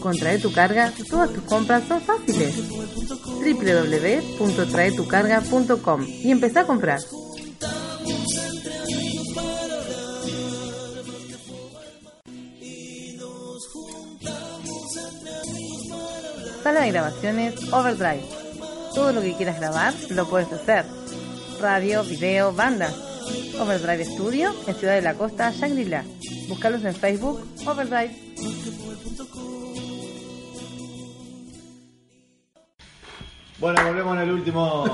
Speaker 7: Con Trae tu carga, todas tus compras son fáciles. www.traetucarga.com y empezá a comprar. Sala de grabaciones Overdrive. Todo lo que quieras grabar lo puedes hacer. Radio, video, bandas. Overdrive Studio en Ciudad de la Costa, Shangri-La. Búscalos en Facebook, Overdrive.
Speaker 2: Bueno, volvemos al último.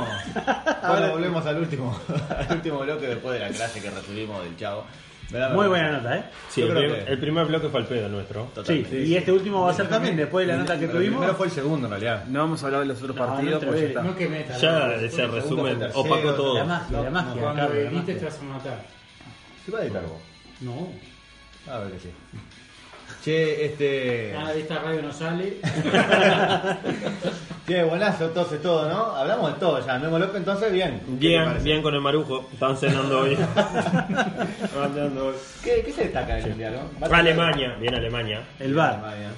Speaker 2: Bueno, volvemos al último. Al último bloque después de la clase que recibimos del chavo. ¿Verdad,
Speaker 6: Muy
Speaker 2: Memo?
Speaker 6: buena nota, ¿eh?
Speaker 5: Sí,
Speaker 2: Yo
Speaker 5: el,
Speaker 2: creo
Speaker 5: primer-
Speaker 2: que-
Speaker 5: el primer bloque fue al pedo nuestro.
Speaker 6: Sí,
Speaker 2: Totalmente.
Speaker 6: y este último va a ser también después de la nota que
Speaker 2: Pero Primero
Speaker 6: tuvimos.
Speaker 2: fue el segundo en realidad.
Speaker 4: No vamos a hablar de los otros
Speaker 6: No,
Speaker 4: partidos
Speaker 6: no
Speaker 4: porque ya
Speaker 6: te-
Speaker 4: está.
Speaker 3: No que meta.
Speaker 5: Ya
Speaker 3: ¿no?
Speaker 5: ese resumen
Speaker 2: segundo,
Speaker 5: opacó
Speaker 2: tercero,
Speaker 6: La
Speaker 5: todo.
Speaker 6: magia, la magia,
Speaker 3: Cuando
Speaker 6: Carlos, la
Speaker 3: viniste te
Speaker 6: magia.
Speaker 3: vas a matar.
Speaker 2: ¿Se va a editar vos? Ah,
Speaker 3: No.
Speaker 2: A ver que sí. Che, este.
Speaker 3: Nada Ah, de esta radio no sale.
Speaker 2: Che, buenazo, entonces todo, ¿no? Hablamos de todo ya. Memo López, entonces, bien. ¿Qué te
Speaker 5: Bien,
Speaker 2: parece?
Speaker 5: bien con el Marujo. Están cenando hoy. Estaban cenando hoy.
Speaker 2: ¿Qué, qué se destaca en el mundial, no?
Speaker 5: Alemania, bien Alemania.
Speaker 6: El bar.
Speaker 2: Alemania.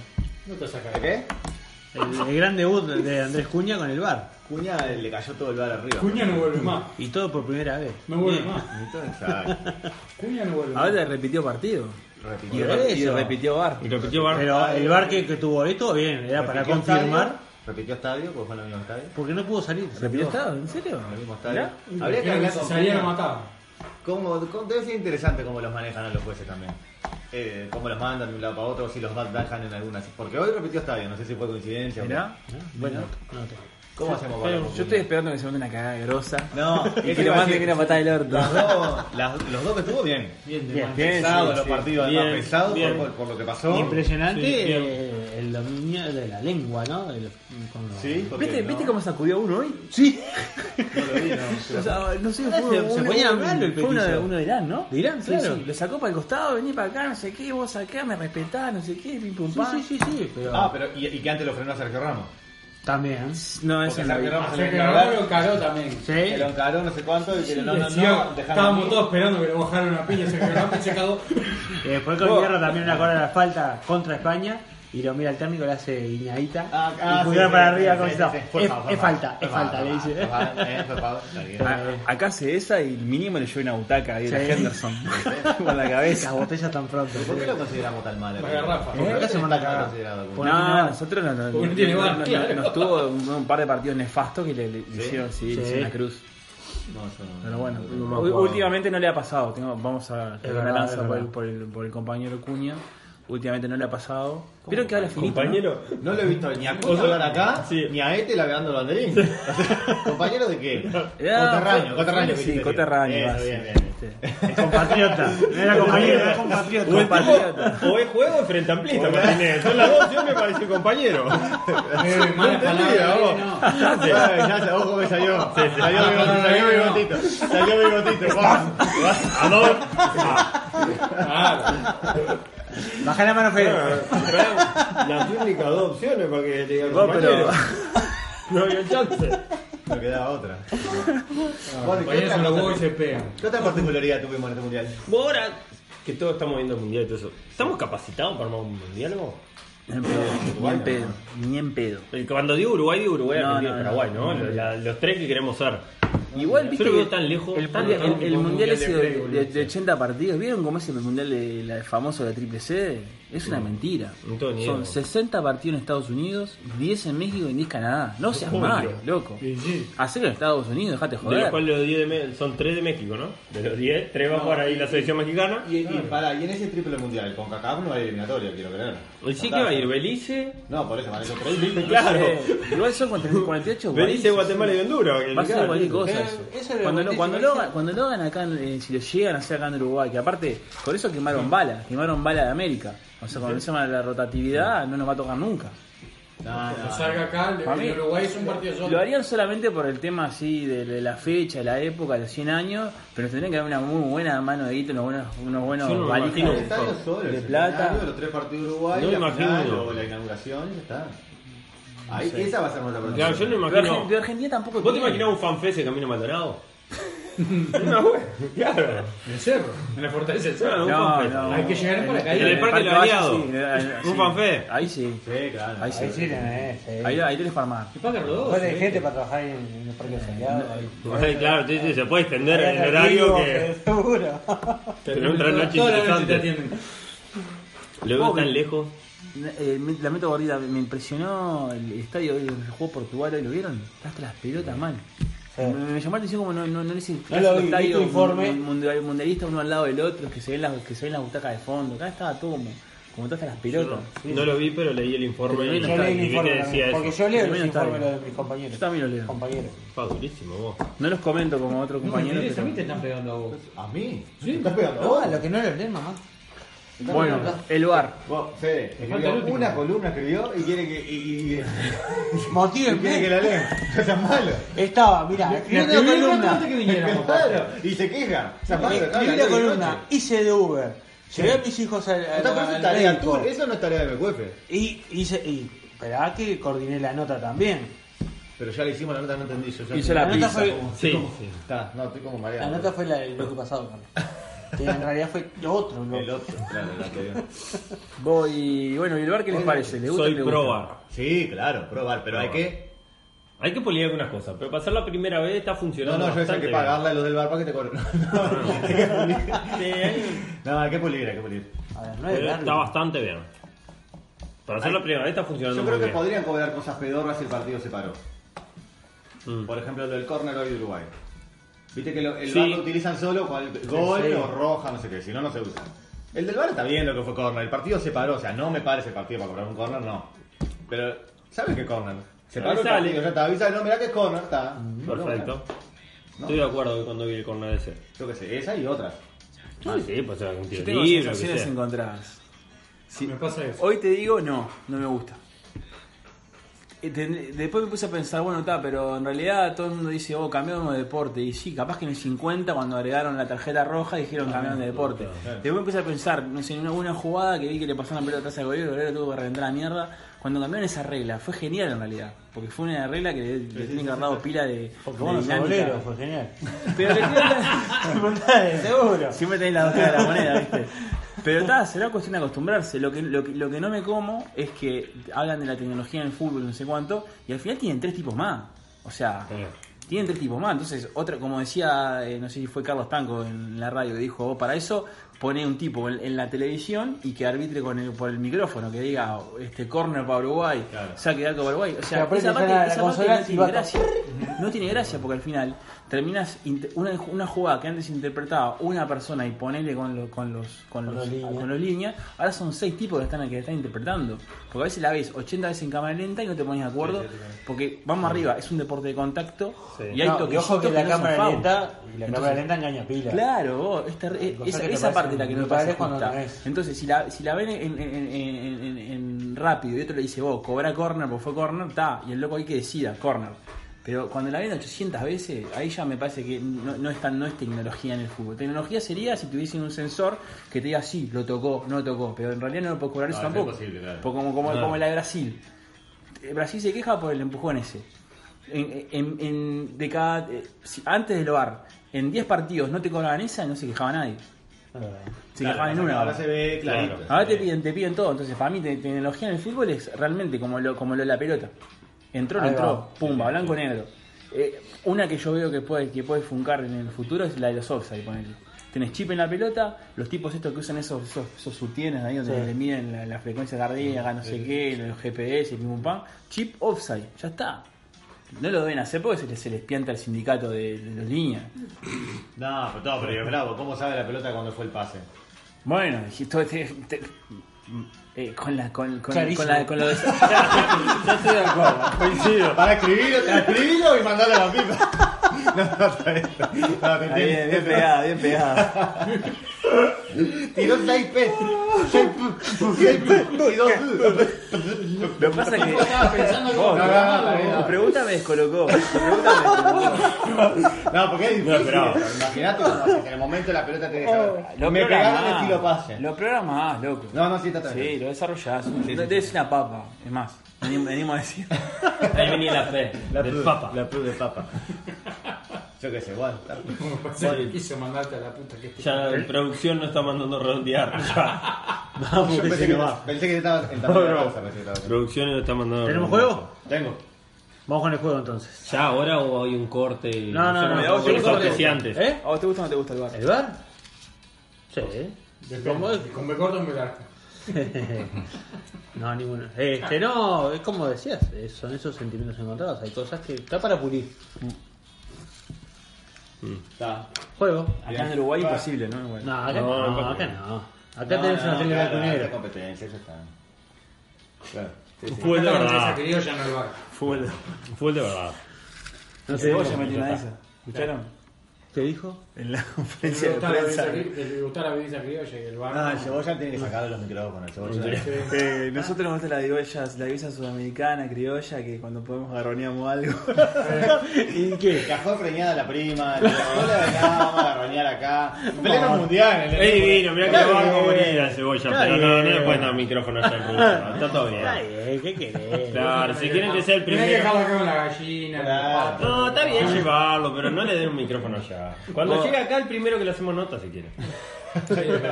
Speaker 3: No te sacas.
Speaker 2: ¿eh? ¿De qué?
Speaker 6: El, el gran debut de Andrés Cuña con el bar.
Speaker 2: Cuña eh, le cayó todo el bar arriba.
Speaker 3: Cuña no vuelve más.
Speaker 6: Y todo por primera vez.
Speaker 3: No vuelve más.
Speaker 2: Exacto.
Speaker 3: Cuña no vuelve más.
Speaker 4: Ahora repitió partido.
Speaker 2: Repitió.
Speaker 4: Y,
Speaker 6: Por
Speaker 4: re- y
Speaker 6: eso.
Speaker 4: repitió bar.
Speaker 5: Y repitió Bar.
Speaker 6: Pero el bar que, que tuvo esto, bien, era para
Speaker 2: Repitió
Speaker 6: confirmar.
Speaker 2: estadio, repitió estadio, porque fue en el mismo estadio.
Speaker 6: Porque no pudo salir.
Speaker 4: ¿Repitió estado? ¿En serio?
Speaker 2: En el mismo estadio. Habría que
Speaker 3: Imagino que
Speaker 2: hablar
Speaker 3: si
Speaker 2: con
Speaker 3: salía lo
Speaker 2: Cuña.
Speaker 3: mataba.
Speaker 2: Como, como- debe ser interesante cómo los manejan a los jueces también. Eh, cómo los mandan de un lado para otro, si los bajan en algunas. Porque hoy repitió estadio, no sé si fue coincidencia. o qué.
Speaker 4: Mirá.
Speaker 6: Bueno,
Speaker 2: ¿Cómo hacemos para
Speaker 4: Yo estoy esperando que se mande una cagada grosa.
Speaker 2: No,
Speaker 4: Y
Speaker 2: eso
Speaker 4: que le
Speaker 2: iba a
Speaker 4: manden
Speaker 2: decir.
Speaker 4: una patada del orto.
Speaker 2: Los dos, las- los dos que estuvo bien.
Speaker 3: Bien, de
Speaker 4: Bien,
Speaker 3: mal.
Speaker 4: bien,
Speaker 2: Pesados
Speaker 4: sí,
Speaker 2: los
Speaker 4: sí.
Speaker 2: partidos,
Speaker 5: Bien,
Speaker 2: además pesados por-
Speaker 5: bien.
Speaker 2: por, por lo que pasó.
Speaker 6: Impresionante
Speaker 5: Sí, bien.
Speaker 6: eh, el dominio de la lengua, ¿no? El- con los-
Speaker 2: Sí, porque
Speaker 4: ¿Viste,
Speaker 2: no-
Speaker 4: ¿Viste cómo sacudió uno hoy?
Speaker 6: Sí.
Speaker 2: no lo vi, no.
Speaker 4: O sea, no sé,
Speaker 6: Ahora
Speaker 4: fue
Speaker 6: Ah, se- se
Speaker 4: uno-
Speaker 6: ponía
Speaker 4: uno-
Speaker 6: malo el
Speaker 4: fue uno, de,
Speaker 6: petizo.
Speaker 4: uno de Irán, ¿no?
Speaker 6: De Irán,
Speaker 4: Sí,
Speaker 6: claro.
Speaker 4: sí, Lo sacó para el costado, vení para acá, no sé qué, vos acá, me respetás, no sé qué, pim pum pam.
Speaker 6: Sí, sí, sí, sí, pero
Speaker 2: Ah, pero y, y que antes lo frenó a Sergio Ramos.
Speaker 6: también.
Speaker 4: No,
Speaker 2: Porque
Speaker 4: eso no.
Speaker 2: Sergio Ramos
Speaker 3: O
Speaker 2: se le
Speaker 3: sea que
Speaker 2: encargó,
Speaker 3: ahora lo encaró también.
Speaker 2: que lo encaró no sé cuánto y que no, no, no,
Speaker 3: Decía,
Speaker 2: dejaron
Speaker 3: estábamos
Speaker 2: ir.
Speaker 3: todos esperando que lo bajaran una piña, se quedó y se cagó.
Speaker 6: Y después con Guerra también una corda de la falta contra España. Y lo mira el técnico, le hace guiñadita.
Speaker 2: Ah, ah,
Speaker 6: y
Speaker 2: sí,
Speaker 6: pulgar
Speaker 2: sí,
Speaker 6: para
Speaker 2: sí,
Speaker 6: arriba
Speaker 2: sí,
Speaker 6: con
Speaker 2: sí,
Speaker 6: eso.
Speaker 2: sí, sí. Por
Speaker 6: Es,
Speaker 2: favor,
Speaker 6: es
Speaker 2: por
Speaker 6: falta,
Speaker 2: favor,
Speaker 6: es
Speaker 2: por
Speaker 6: falta,
Speaker 2: favor,
Speaker 6: le dice. Ah,
Speaker 2: por favor, eh, por favor, está bien.
Speaker 4: A- Acá hace esa y mínimo le llevó una butaca ahí
Speaker 6: Sí.
Speaker 4: de Henderson con la cabeza.
Speaker 6: Las botellas tan pronto.
Speaker 2: Ah, ¿Por qué lo consideramos tan malo?
Speaker 3: Para Rafa.
Speaker 2: ¿Por qué
Speaker 6: Acá se manda
Speaker 2: está
Speaker 6: a cagar.
Speaker 2: considerado como-
Speaker 6: ¿Eh? Por-
Speaker 4: no,
Speaker 6: no.
Speaker 4: nosotros no, no,
Speaker 3: Porque no tiene
Speaker 4: no-
Speaker 3: bar,
Speaker 4: no-
Speaker 3: claro.
Speaker 4: nos tuvo un, un par de partidos nefastos que le, le hicieron, sí,
Speaker 6: Sí.
Speaker 4: le hicieron la cruz.
Speaker 2: No, eso no.
Speaker 4: Pero bueno,
Speaker 2: no, no,
Speaker 4: u- últimamente no le ha pasado. Tengo, vamos a hacer una
Speaker 6: verdad, es
Speaker 4: lanza por el,
Speaker 6: verdad.
Speaker 4: por, el, por el compañero Cuña. Últimamente no le ha pasado. Pero que habla finito. ¿no?
Speaker 5: Compañero.
Speaker 2: No lo he visto ni a Cuña hablar acá,
Speaker 5: Sí.
Speaker 2: ni a este ladeando el banderín. O sea, ¿Compañero de qué?
Speaker 4: Ah,
Speaker 2: coterráneo,
Speaker 6: pues,
Speaker 4: fue-
Speaker 2: coterráneo.
Speaker 4: Sí,
Speaker 2: quise decir.
Speaker 4: coterráneo,
Speaker 2: Eso,
Speaker 4: ah, sí.
Speaker 2: bien, bien.
Speaker 4: Este,
Speaker 6: Es compatriota. No era compañero, era compatriota.
Speaker 5: O es,
Speaker 4: Compatriota.
Speaker 5: tipo- o es juego o frente amplista, Martínez. Son las dos opciones, me pareció compañero.
Speaker 3: Eh,
Speaker 2: Mira,
Speaker 3: malas palabras.
Speaker 2: vos.
Speaker 3: eh, no.
Speaker 2: Ya sé. Ay, ya sé, ojo que salió. Salió bigotito, salió bigotito. Salió bigotito. vamos.
Speaker 5: Amor.
Speaker 3: Claro.
Speaker 6: Baja la mano, Fede.
Speaker 5: Las únicas dos opciones para que te diga
Speaker 4: No, pero-
Speaker 5: compañero. No había chance.
Speaker 2: No quedaba otra. Bueno, ¿qué,
Speaker 3: Compañeros
Speaker 2: otra
Speaker 3: son los
Speaker 2: cosa-
Speaker 3: huevos y se pegan.
Speaker 2: qué otra particularidad tuvimos en este mundial?
Speaker 5: Vos ahora que todos estamos viendo el mundial y todo eso, ¿estamos capacitados para armar un mundial? vos?
Speaker 4: ni en pedo, ni en pedo, ni en pedo.
Speaker 5: El- Cuando digo Uruguay, digo Uruguay,
Speaker 4: No,
Speaker 5: Argentina y
Speaker 4: no,
Speaker 5: Paraguay,
Speaker 4: no,
Speaker 5: ¿no? La- la- los tres que queremos ser.
Speaker 4: Igual,
Speaker 5: Yo
Speaker 4: viste
Speaker 5: lo veo
Speaker 4: que
Speaker 5: tan lejos,
Speaker 4: el,
Speaker 5: tan
Speaker 4: el-
Speaker 5: lejos
Speaker 4: el
Speaker 5: que un
Speaker 4: mundial
Speaker 5: mundial
Speaker 4: ese
Speaker 5: de
Speaker 4: de,
Speaker 5: Play, boludo,
Speaker 4: de-
Speaker 5: sí.
Speaker 4: de 80 partidos, ¿vieron cómo es el mundial de, la- famoso de Triple C? Es una mentira.
Speaker 5: no tengo ni idea,
Speaker 4: Son
Speaker 5: boludo.
Speaker 4: 60 partidos en Estados Unidos, 10 en México y 10 en Canadá. No seas
Speaker 5: Obvio.
Speaker 4: malo, loco.
Speaker 3: Y sí.
Speaker 4: Hacelo en Estados Unidos, dejate
Speaker 5: De los
Speaker 4: joder.
Speaker 5: cuales los 10 de Me- son 3 de México, ¿no? De los 10, 3 va a jugar ahí la selección mexicana.
Speaker 2: Y, y pará, y en ese triple mundial, con Kaká no hay eliminatoria, quiero creer.
Speaker 5: Y sí que va a ir Belice.
Speaker 2: No, por eso, para esos tres viste.
Speaker 5: Claro.
Speaker 4: Eh, igual son contra 48
Speaker 5: Belice,
Speaker 4: países.
Speaker 5: Guatemala y Honduras.
Speaker 4: Va a ser cualquier cosa
Speaker 3: Eh,
Speaker 4: eso.
Speaker 3: eso era
Speaker 4: Cuando, lo,
Speaker 3: buenísimo,
Speaker 4: cuando, lo,
Speaker 3: eso.
Speaker 4: hagan- cuando lo hagan acá, en- eh, si lo llegan a hacer acá en Uruguay, que aparte, por eso quemaron balas, quemaron balas de América. O sea, cuando se llama la rotatividad, no nos va a tocar nunca.
Speaker 3: Cuando salga acá,
Speaker 4: Para mí,
Speaker 3: en Uruguay es un partido solo.
Speaker 4: Lo harían solamente por el tema así de, de la fecha, de la época, de los 100 años, pero tendrían que haber una muy buena mano de guito, unos buenos, unos buenos
Speaker 5: Yo no me
Speaker 4: valijas
Speaker 5: imagino
Speaker 4: de-
Speaker 5: un
Speaker 2: Estadio solo,
Speaker 4: de
Speaker 2: el
Speaker 4: plata.
Speaker 2: centenario, los tres partidos de Uruguay,
Speaker 5: No me
Speaker 2: la,
Speaker 5: imagino
Speaker 2: final,
Speaker 5: uno.
Speaker 2: o la inauguración, y ya está. Ahí, Esa va a ser nuestra próxima.
Speaker 5: Claro, yo no me
Speaker 4: Pero Argen- de
Speaker 5: imagino.
Speaker 4: Argentina tampoco.
Speaker 5: ¿Vos te
Speaker 4: tiene.
Speaker 5: imaginás un fanfest de Camino Maldonado? no, güey. Claro.
Speaker 3: En el cerro, en la fortaleza del cerro.
Speaker 5: Claro, un
Speaker 4: No,
Speaker 5: fanfest.
Speaker 4: no.
Speaker 3: Hay que llegar en paracaídas.
Speaker 5: En el Parque Labriado.
Speaker 4: Valle, sí, eh,
Speaker 5: Un
Speaker 4: sí.
Speaker 5: fanfé.
Speaker 4: Ahí sí.
Speaker 2: Sí, claro.
Speaker 4: Ahí sí.
Speaker 6: Ahí sí, eh,
Speaker 4: Ahí,
Speaker 6: sí.
Speaker 4: ahí tenés para armar.
Speaker 3: Y paga los dos.
Speaker 6: Bueno, hay
Speaker 3: ¿eh?
Speaker 6: gente para trabajar en, en los parques saqueados.
Speaker 5: Ay, Claro, sí, sí, se puede extender
Speaker 6: Hay
Speaker 5: el horario que.
Speaker 6: atractivos, Seguro.
Speaker 5: Pero otra noche
Speaker 3: Toda la noche te
Speaker 5: interesante.
Speaker 3: atienden.
Speaker 5: Lo veo tan lejos.
Speaker 4: Eh, me- la meto gordita, me impresionó el estadio hoy donde jugó Portugal hoy, ¿lo vieron? Está hasta las pelotas mal.
Speaker 6: Sí.
Speaker 4: Me, me llamó la atención como no, no, no le hice
Speaker 6: No lo vi, vi tu informe.
Speaker 4: mun- mundial- mundialista uno al lado del otro, que se ven las, que se ven las butacas de fondo, acá estaba todo como, como está hasta las pelotas.
Speaker 5: No lo vi, pero leí el informe.
Speaker 4: Pero
Speaker 5: y-
Speaker 4: no
Speaker 6: Yo
Speaker 4: está,
Speaker 5: y
Speaker 6: leí el
Speaker 5: vi que
Speaker 6: informe
Speaker 5: decía
Speaker 6: también,
Speaker 5: eso.
Speaker 6: porque yo leo los
Speaker 4: Primero está
Speaker 6: informes
Speaker 4: bien.
Speaker 6: de mis compañeros.
Speaker 4: Yo también los leo.
Speaker 6: Compañeros.
Speaker 5: Fa, durísimo, vos.
Speaker 4: No los comento como otro
Speaker 3: No,
Speaker 4: compañero.
Speaker 3: Andrés, a
Speaker 4: pero-
Speaker 3: mí te están pegando a vos.
Speaker 2: ¿A mí? ¿Te estás pegando? a
Speaker 6: No,
Speaker 2: vos?
Speaker 6: a lo que no lo leen, mamá.
Speaker 4: Bueno, el bar.
Speaker 2: Vos, Fede,
Speaker 3: falta el
Speaker 2: escribió
Speaker 3: último.
Speaker 2: una columna escribió y quiere que, y, y- y quiere que
Speaker 6: Motívenme.
Speaker 2: la lean. No seas malo.
Speaker 6: Estaba, mirá, escribí
Speaker 3: Escribí
Speaker 6: una columna.
Speaker 3: antes que viniéramos.
Speaker 2: Claro, y se queja. O sea, malo,
Speaker 6: Escribí
Speaker 2: claro,
Speaker 6: una
Speaker 2: de
Speaker 6: columna,
Speaker 2: noche.
Speaker 6: hice de Uber. Llevé a mis hijos al, al-
Speaker 2: Está, pero eso
Speaker 6: al
Speaker 2: es tarea
Speaker 6: médico.
Speaker 2: tuya, eso no es tarea de MQF.
Speaker 6: Y hice, y esperá que coordiné la nota también.
Speaker 2: Pero ya le hicimos la nota, no entendí. Yo ya
Speaker 4: Hizo la
Speaker 6: La nota
Speaker 4: pizza.
Speaker 6: fue,
Speaker 5: Sí, sí.
Speaker 2: Está, no, estoy como
Speaker 6: la
Speaker 2: mareado.
Speaker 6: nota fue la del bloque pasado, Carlos. que en realidad fue lo otro,
Speaker 2: El
Speaker 6: ¿no?
Speaker 2: otro, claro, el anterior.
Speaker 4: Voy, bueno, ¿y el bar qué les parece? ¿Le gusta o
Speaker 5: Soy
Speaker 4: no le gusta?
Speaker 5: probar.
Speaker 2: Sí, claro, probar, pero hay que.
Speaker 5: Hay que pulir algunas cosas, pero pasar la primera vez está funcionando.
Speaker 2: No, no, yo decía
Speaker 5: bastante
Speaker 2: que
Speaker 5: bien.
Speaker 2: pagarle a los del bar para que te cobren. No,
Speaker 5: Sí, ahí-
Speaker 2: no, hay que pulir, hay que pulir.
Speaker 6: A las
Speaker 5: pero
Speaker 6: nueve de la
Speaker 5: está
Speaker 6: tarde.
Speaker 5: bastante bien. Para hacer la primera vez está funcionando
Speaker 2: Yo creo
Speaker 5: muy
Speaker 2: que
Speaker 5: bien.
Speaker 2: podrían cobrar cosas pedorras si el partido se paró.
Speaker 5: Mm.
Speaker 2: Por ejemplo, lo del córner hoy de Uruguay. Viste que lo- el
Speaker 5: Sí.
Speaker 2: VAR lo utilizan solo cuando el gol
Speaker 6: Sí, sí.
Speaker 2: o roja, no sé qué, si no, no se usa. El del VAR está bien lo que fue córner, el partido se paró, o sea, no me parece el partido para cobrar un córner, no. Pero, ¿sabes qué córner? Se
Speaker 5: Pero
Speaker 2: paró el
Speaker 5: sale. Mm,
Speaker 2: partido, ya está, avisa, no, mirá que es córner, está.
Speaker 5: Perfecto.
Speaker 2: No.
Speaker 5: Estoy de acuerdo que cuando vi el corner ese.
Speaker 2: Yo qué sé, esa y otras.
Speaker 5: Ah, sí, pues era un
Speaker 4: Yo
Speaker 5: tiro
Speaker 4: tengo
Speaker 5: libre, lo que
Speaker 4: sensaciones
Speaker 5: sea.
Speaker 4: encontradas. Sí.
Speaker 3: Me pasa eso.
Speaker 4: Hoy te digo, no, no me gusta. Eh, ten- Después me puse a pensar, bueno, está, pero en realidad todo el mundo dice, oh, cambiamos de deporte. Y sí, capaz que en el 50, cuando agregaron la tarjeta roja, dijeron
Speaker 6: Ah,
Speaker 4: cambiaron de deporte. Después empecé a pensar, no sé, en alguna jugada que vi que le pasaron la pelota atrás al golero, el golero tuvo que reventar la mierda. Cuando cambiaron esa regla, fue genial en realidad. Porque fue una regla que le, le tienen cargado pila de,
Speaker 6: Porque
Speaker 4: de
Speaker 6: vos no sos
Speaker 4: dinámica.
Speaker 6: bolero, fue genial.
Speaker 4: Pero le tienen-
Speaker 6: Seguro.
Speaker 4: Siempre tenés la dos caras de la moneda, ¿viste? Pero está, será cuestión de acostumbrarse. Lo que, lo, que, lo que no me como es que hablan de la tecnología en el fútbol, no sé cuánto, y al final tienen tres tipos más. O sea, tienen tres tipos más. Entonces, otra, como decía, eh, no sé si fue Carlos Tanco en la radio, que dijo, "Vos para eso pone un tipo en, en la televisión y que arbitre con el, por el micrófono, que diga, este corner para Uruguay,
Speaker 2: Claro.
Speaker 4: saque de arco para Uruguay. O
Speaker 6: Que
Speaker 4: sea,
Speaker 6: apriete
Speaker 4: esa parte,
Speaker 6: ya la
Speaker 4: esa parte
Speaker 6: consola
Speaker 4: no
Speaker 6: y
Speaker 4: tiene
Speaker 6: bata.
Speaker 4: gracia. No tiene gracia porque al final terminas inte- una, una jugada que antes interpretaba una persona y ponele con, lo- con los con
Speaker 6: Con
Speaker 4: los,
Speaker 6: los líneas.
Speaker 4: con los líneas, ahora son seis tipos que están que la están interpretando. Porque a veces la ves 80 veces en cámara lenta y no te pones de acuerdo. Porque vamos arriba, es un deporte de contacto y hay
Speaker 6: No, y
Speaker 4: toquecitos
Speaker 6: ojo que la
Speaker 4: no son
Speaker 6: cámara
Speaker 4: foul.
Speaker 6: lenta, y la cámara
Speaker 4: Entonces,
Speaker 6: lenta engaña pila.
Speaker 4: Claro, vos, es terri- eh,
Speaker 6: Cosa
Speaker 4: esa,
Speaker 6: que te
Speaker 4: esa
Speaker 6: parece
Speaker 4: parte es la que no me
Speaker 6: brutal
Speaker 4: parece
Speaker 6: es cuando
Speaker 4: justa.
Speaker 6: no es.
Speaker 4: Entonces, si la, si la ven en, en- en- en- en- en rápido y otro le dice, vos, cobra corner porque fue corner, está, y el loco hay que decida, corner. Pero cuando la ven 800 veces, ahí ya me parece que no, no es, tan- no es tecnología en el fútbol. Tecnología sería si tuviesen un sensor que te diga, sí, lo tocó, no lo tocó, pero en realidad no lo puedo cobrar eso
Speaker 2: No, es
Speaker 4: tampoco.
Speaker 2: imposible, claro.
Speaker 4: Porque como, como, como la de Brasil. Eh, Brasil se queja por el empujón ese. En, en- en- de cada, eh, si- antes del bar, en 10 partidos no te cobraban esa, no se quejaba nadie. Se
Speaker 2: Claro,
Speaker 4: quejaban
Speaker 2: pasa
Speaker 4: en
Speaker 2: que
Speaker 4: una.
Speaker 2: Ah. Ahora se ve clarito.
Speaker 5: Claro.
Speaker 4: Ahora te piden, te piden todo. Entonces, para mí, te- tecnología en el fútbol es realmente como lo, como lo de la pelota. Entró, no
Speaker 6: Ahí
Speaker 4: entró.
Speaker 6: va.
Speaker 4: Pumba, blanco, negro. eh, una que yo veo que puede, que puede funcar en el futuro es la de los offside, ponele. Tenés chip en la pelota, los tipos estos que usan esos, esos, esos sutienes ahí donde le miden la, la frecuencia cardíaca, no sé qué, los GPS, pim pum pam, chip offside, ya está. No lo deben hacer porque se les, se les pianta el sindicato de, de los líneas.
Speaker 2: No, pero, no, pero bravo, ¿cómo sabe la pelota cuando fue el pase?
Speaker 4: Bueno, y todo este- este- eh, con la con, con,
Speaker 6: Clarísimo.
Speaker 4: con la con lo de-
Speaker 6: No estoy de acuerdo, coincido.
Speaker 2: Para escribirlo, para escribirlo y mandarle a la pipa. No, no, está bien. No, te
Speaker 4: Ahí, bien,
Speaker 2: entiendo.
Speaker 4: bien pegada, bien pegada.
Speaker 2: Tiró seis pes. Seis pu- seis pu- y dos pu-
Speaker 4: Lo que pasa es que
Speaker 3: Estaba pensando
Speaker 2: No,
Speaker 3: cómo
Speaker 2: no, no, está bien,
Speaker 4: tu
Speaker 2: no.
Speaker 4: pregunta me descolocó. Tu pregunta me descolocó.
Speaker 2: No, porque es
Speaker 5: No,
Speaker 2: difícil.
Speaker 5: pero-
Speaker 2: Imagínate, no, que en el momento la pelota te deja.
Speaker 4: Lo
Speaker 2: Me pegaron
Speaker 4: programás.
Speaker 2: estilo pase.
Speaker 4: Lo programás, loco.
Speaker 2: No, no, sí, está
Speaker 4: Sí,
Speaker 2: tranquilo.
Speaker 4: lo desarrollás. No, eres una papa, es más. Venimos, venimos a decir.
Speaker 5: Ahí venía la fe
Speaker 2: La
Speaker 5: del
Speaker 2: pru-
Speaker 5: Papa.
Speaker 2: La pru de papa. Yo qué sé, bueno. está-
Speaker 3: pasa que quiso mandarte a la puta que te-
Speaker 5: Ya en producción no está mandando redondear. Ya.
Speaker 2: Yo
Speaker 6: Vamos, que
Speaker 2: pensé
Speaker 6: se
Speaker 2: que,
Speaker 6: nos va.
Speaker 2: pensé que estaba en tamaño de
Speaker 6: No, no.
Speaker 2: rosa, pensé que estaba-
Speaker 5: Producción no está mandando.
Speaker 6: ¿Tenemos
Speaker 5: redondear.
Speaker 6: juego?
Speaker 2: Tengo.
Speaker 6: Vamos con el juego entonces.
Speaker 5: ¿Ya ahora o hay un corte?
Speaker 6: No, no, no,
Speaker 5: sé,
Speaker 6: no,
Speaker 5: porque
Speaker 6: yo
Speaker 5: el
Speaker 6: solo
Speaker 5: corte
Speaker 6: te-
Speaker 5: sí antes.
Speaker 6: ¿Eh?
Speaker 4: ¿A vos te gusta o no te gusta el bar?
Speaker 6: ¿El bar? Sí.
Speaker 3: Depende, Con me corto me largo.
Speaker 6: no, ninguno. Este, no, es como decías, eh, son esos sentimientos encontrados. Hay cosas que está para pulir. Mm.
Speaker 2: Está.
Speaker 6: Juego.
Speaker 4: Acá en Uruguay imposible, ¿no? Bueno.
Speaker 6: No, acá
Speaker 5: No,
Speaker 6: no,
Speaker 5: no,
Speaker 6: acá
Speaker 5: no.
Speaker 6: no. Acá tenés una tele blanco y
Speaker 2: de
Speaker 6: negro.
Speaker 2: Ah, competencia, eso está. Claro. Sí, sí.
Speaker 6: Pues
Speaker 5: Fútbol de
Speaker 3: Acá la empresa
Speaker 5: verdad.
Speaker 3: querido ya no lo hago.
Speaker 5: Fútbol de- fútbol de verdad.
Speaker 6: No
Speaker 4: sé,
Speaker 6: sé,
Speaker 4: vos ya metí una de esas. ¿Escucharon?
Speaker 6: ¿Qué dijo?
Speaker 4: En la
Speaker 3: El
Speaker 4: conferencia de
Speaker 3: gustara
Speaker 4: prensa.
Speaker 3: la bebida criolla y el bar.
Speaker 2: No, Ah, el cebolla tiene que sacar los micrófonos. El cebolla.
Speaker 4: Eh, nosotros nos gusta la divisa, la divisa sudamericana, criolla, que cuando podemos garroneamos algo.
Speaker 6: ¿Y qué?
Speaker 2: Cajó preñada la prima, la cola de acá, vamos a roñar acá. Pleno mundial. en el-
Speaker 5: Es divino, mirá que
Speaker 2: Claro.
Speaker 5: lo banco con ella, cebolla,
Speaker 6: Está
Speaker 5: pero no, no
Speaker 6: bien.
Speaker 5: le pueden dar micrófono allá en Rusia, está todo bien.
Speaker 6: Está bien, ¿qué querés?
Speaker 5: Claro, si quieren que sea el
Speaker 3: Tenés que
Speaker 5: primero.
Speaker 3: dejarlo acá con la gallina. el
Speaker 2: Claro.
Speaker 3: pato.
Speaker 5: No, está bien llevarlo, pero no le den un micrófono allá. Cuando llegue acá, el primero que le hacemos nota si quiere.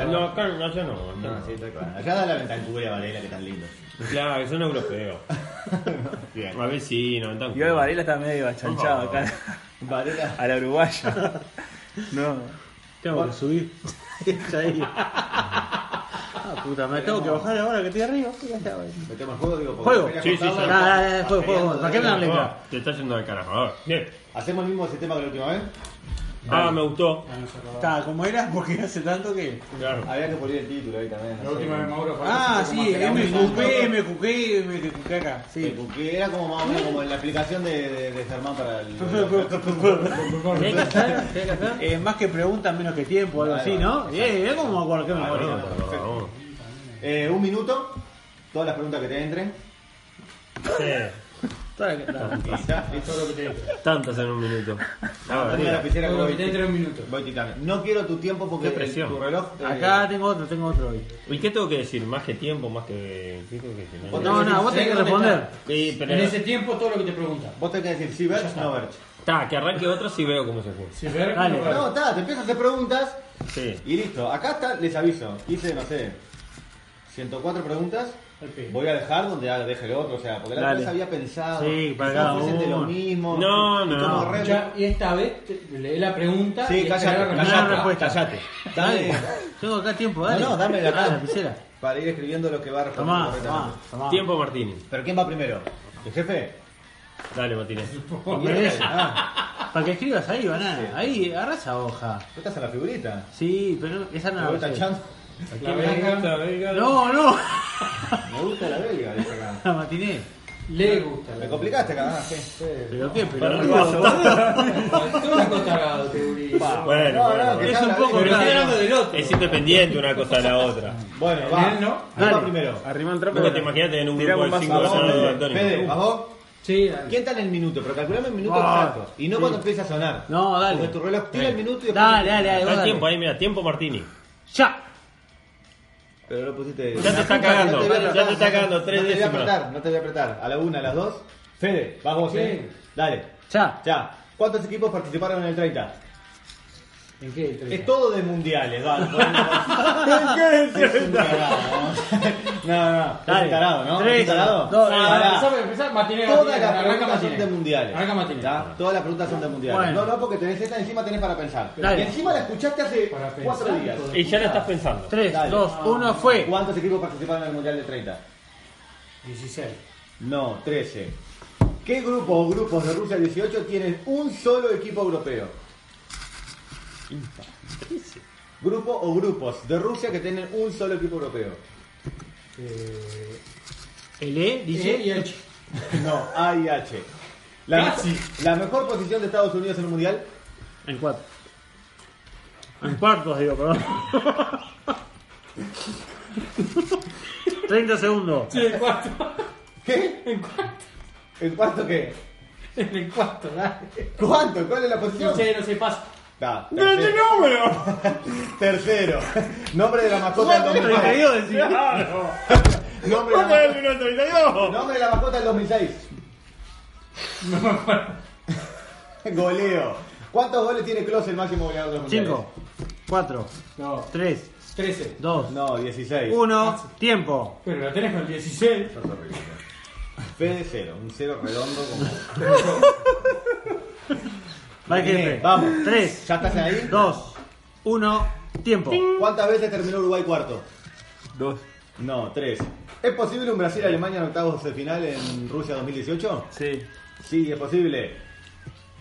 Speaker 5: No, acá allá no. acá
Speaker 2: No,
Speaker 5: no.
Speaker 2: Ah, sí, está claro. Allá da la ventancubia, Varela, que tan lindo.
Speaker 5: Claro, que son europeos.
Speaker 2: Bien.
Speaker 5: A ver si, no, tan
Speaker 4: Y hoy Varela está medio achanchado acá
Speaker 3: Oh.
Speaker 2: Varela.
Speaker 4: a la uruguaya. No.
Speaker 6: Tengo que subir. Está ahí. Ah, puta madre, tengo que bajar ahora que estoy arriba. Ya está, bueno.
Speaker 2: Metemos juego, digo, porque
Speaker 6: Juego.
Speaker 2: quería
Speaker 5: Sí, sí,
Speaker 2: contarlo.
Speaker 5: sí.
Speaker 6: Dale, dale, dale, juego, juego. ¿Para qué me hablen?
Speaker 5: Oh, Te está yendo al carajo. a ver, bien.
Speaker 2: ¿Hacemos el mismo sistema que la última vez?
Speaker 5: Ah, me gustó.
Speaker 6: Está, como era, porque hace tanto que.
Speaker 5: Claro.
Speaker 2: Había que poner el título ahí también. no
Speaker 3: La
Speaker 2: sé.
Speaker 3: última de Mauro fue
Speaker 6: Ah,
Speaker 3: hace poco
Speaker 6: sí,
Speaker 3: más que la última.
Speaker 6: MQP, MQP, MQP acá.
Speaker 2: Sí,
Speaker 6: Sí.
Speaker 2: porque era como más o menos como en la aplicación de, de, de Germán para el.
Speaker 6: ¿Qué hay que hacer? ¿Qué hay que hacer? Eh, más que preguntas, menos que tiempo, algo así, ¿no? Bien, bien, como me acuerdo, que me
Speaker 5: Bueno,
Speaker 6: acuerdo.
Speaker 5: vamos.
Speaker 2: Eh, un minuto, todas las preguntas que te entren.
Speaker 6: Toda la- la-
Speaker 2: Y ya, listo.
Speaker 3: Todo lo que te entra.
Speaker 5: Tantas en un minuto. Ah,
Speaker 2: Dame la
Speaker 5: Varela.
Speaker 2: lapicera que
Speaker 3: Todo lo que te
Speaker 2: voy,
Speaker 3: entra en un minuto.
Speaker 2: voy quitando. No quiero tu tiempo porque
Speaker 5: Qué presión.
Speaker 2: tu reloj. eh,
Speaker 6: Acá tengo otro, tengo otro hoy.
Speaker 5: ¿Y qué tengo que decir? ¿Más que tiempo? ¿Más que.? ¿Qué tengo que decir?
Speaker 2: Vos
Speaker 6: No, no, vos tenés que responder.
Speaker 5: Sí, pero.
Speaker 3: En ese tiempo todo lo que te preguntan.
Speaker 2: Vos tenés que decir si Verge no Verge.
Speaker 5: Está, que arranque otro si veo cómo se fue.
Speaker 3: Si ver,
Speaker 6: Dale.
Speaker 3: no,
Speaker 2: No, está, te empiezas a hacer preguntas
Speaker 5: Sí.
Speaker 2: y listo. Acá está, les aviso. Hice, no sé, 104 preguntas.
Speaker 3: Ok.
Speaker 2: Voy a dejar donde ya deje el otro, o sea, porque la otra
Speaker 6: Dale.
Speaker 2: vez había pensado.
Speaker 6: Sí, para
Speaker 2: que
Speaker 6: cada
Speaker 2: todos dicen de lo
Speaker 6: uno.
Speaker 2: mismo.
Speaker 5: No,
Speaker 2: y
Speaker 5: no.
Speaker 2: como re-
Speaker 3: Ya, y esta vez te- leé la pregunta.
Speaker 2: Sí,
Speaker 3: y
Speaker 2: cállate,
Speaker 3: esperaba
Speaker 6: No
Speaker 2: cállate.
Speaker 3: respuesta.
Speaker 6: hay respuesta.
Speaker 2: Callate.
Speaker 6: Dale.
Speaker 2: Dale.
Speaker 6: Tengo acá tiempo,
Speaker 2: No,
Speaker 6: dale.
Speaker 2: no, dame la
Speaker 6: Ah,
Speaker 2: cara.
Speaker 6: lapicera.
Speaker 2: Para ir escribiendo lo que va a responder.
Speaker 6: Tomá,
Speaker 2: correctamente.
Speaker 6: tomá, tomá.
Speaker 5: Tiempo Martínez.
Speaker 2: Pero ¿quién va primero? ¿El jefe?
Speaker 5: Dale, Martínez.
Speaker 6: Hombre,
Speaker 2: Ah,
Speaker 6: Para que escribas ahí, banana. Ahí, agarra esa hoja.
Speaker 2: ¿tú estás en la figurita?
Speaker 6: Sí, pero esa
Speaker 2: Me
Speaker 6: no
Speaker 2: voy
Speaker 6: la sé.
Speaker 2: tachando.
Speaker 3: La verga,
Speaker 6: No, no.
Speaker 2: Me gusta la belga, dice acá.
Speaker 6: La matiné.
Speaker 3: le gusta.
Speaker 2: Me complicaste acá, ah, sí.
Speaker 6: ¿Pero qué? Pero
Speaker 5: Para el vaso.
Speaker 3: Todo cagado, te gurí.
Speaker 5: Bueno,
Speaker 2: No,
Speaker 5: bueno,
Speaker 2: no,
Speaker 5: bueno.
Speaker 2: que
Speaker 6: es un
Speaker 2: está
Speaker 6: poco
Speaker 2: la-
Speaker 3: Pero estoy
Speaker 6: raro.
Speaker 3: hablando del otro.
Speaker 5: Es independiente una cosa de la otra.
Speaker 2: Bueno, va.
Speaker 3: Él no.
Speaker 2: ¿Quién va
Speaker 6: Dale.
Speaker 2: primero?
Speaker 4: Arriba el trapo.
Speaker 5: Nunca te imaginas tener un
Speaker 4: Tiramos
Speaker 5: grupo de
Speaker 4: más
Speaker 5: 5
Speaker 2: Vamos,
Speaker 5: personas de
Speaker 2: Fede.
Speaker 6: Uh.
Speaker 2: Fede,
Speaker 5: Antonio.
Speaker 2: ¿vas vos?
Speaker 3: Sí, dale.
Speaker 2: ¿Quién está en el minuto? Pero calculame el minuto
Speaker 6: Ah,
Speaker 2: exacto. Y no cuando empieza a sonar.
Speaker 6: No, dale.
Speaker 2: Porque tu reloj tira el minuto y después-
Speaker 6: Dale, dale, dale. vos
Speaker 5: Está el
Speaker 6: dale.
Speaker 5: tiempo ahí, mira, tiempo Martini.
Speaker 6: Ya.
Speaker 2: Pero lo pusiste.
Speaker 5: Ya te está cagando,
Speaker 2: No voy a
Speaker 5: ya te
Speaker 2: apretar,
Speaker 5: está
Speaker 2: no-
Speaker 5: cagando,
Speaker 2: No te
Speaker 5: tres
Speaker 2: voy a
Speaker 5: décimas.
Speaker 2: apretar, no te voy a apretar. A la una, a las dos. Fede, vas vos, eh. Dale.
Speaker 6: Ya.
Speaker 2: Ya. ¿Cuántos equipos participaron en el 30?
Speaker 3: ¿En qué? Tres?
Speaker 2: Es todo de mundiales, va. No, no, no. Es un tarado, ¿no? ¿Es un tarado?
Speaker 4: No,
Speaker 2: Ah,
Speaker 4: eh,
Speaker 2: pará.
Speaker 3: empezá, empezá, Martínez,
Speaker 2: Todas
Speaker 3: Martínez,
Speaker 2: las
Speaker 3: arranca
Speaker 2: preguntas son
Speaker 3: Martínez.
Speaker 2: de mundiales.
Speaker 3: Arranca Martínez.
Speaker 2: ¿Tá? Todas las preguntas son de mundiales.
Speaker 4: Bueno.
Speaker 2: No, no, porque tenés esta encima tenés para pensar.
Speaker 4: Dale.
Speaker 2: Y encima la escuchaste hace
Speaker 3: Para
Speaker 2: cuatro
Speaker 3: pensar,
Speaker 2: días.
Speaker 3: todo.
Speaker 5: Y ya la estás pensando.
Speaker 4: 3,
Speaker 2: Dale.
Speaker 4: 2, 1, fue.
Speaker 2: ¿Cuántos equipos participaron en el mundial de 30?
Speaker 3: 16.
Speaker 2: No, 13. ¿Qué grupo o grupos de Rusia 18 tienen un solo equipo europeo? Grupo o grupos de Rusia que tienen un solo equipo europeo.
Speaker 3: Eh,
Speaker 6: El E dice.
Speaker 3: E y H.
Speaker 2: No, A y H. La, mejo- la mejor posición de Estados Unidos en el mundial.
Speaker 6: En cuatro. En cuartos, digo, perdón. 30 segundos.
Speaker 3: Sí, el cuarto.
Speaker 2: ¿Qué?
Speaker 3: En cuarto.
Speaker 2: ¿El cuarto qué?
Speaker 3: En el cuarto, dale.
Speaker 2: ¿Cuánto? ¿Cuál es la posición?
Speaker 3: No sé, no sé, pasa.
Speaker 2: Da, tercero. Tercero. Nombre de la mascota del 2006.
Speaker 6: 32 decía.
Speaker 2: Nombre de la mascota- Nombre de la mascota del 2006.
Speaker 3: No me acuerdo.
Speaker 2: Goleo. ¿Cuántos goles tiene Klose, el máximo goleador de los mundiales?
Speaker 6: 5, 4,
Speaker 3: No,
Speaker 6: 3,
Speaker 3: 13.
Speaker 6: 2,
Speaker 2: No, 16.
Speaker 6: 1, tiempo.
Speaker 3: Pero la tenés con el 16.
Speaker 2: Sos horrible. Fede cero, un cero redondo como.
Speaker 6: Va el jefe.
Speaker 2: Vamos.
Speaker 6: 3,
Speaker 2: ¿Ya estás ahí?
Speaker 6: 2, 1, tiempo.
Speaker 2: ¿Cuántas veces terminó Uruguay cuarto? Dos. No, tres. ¿Es posible un Brasil-Alemania en octavos de final en Rusia 2018?
Speaker 4: Sí.
Speaker 2: Sí, es posible.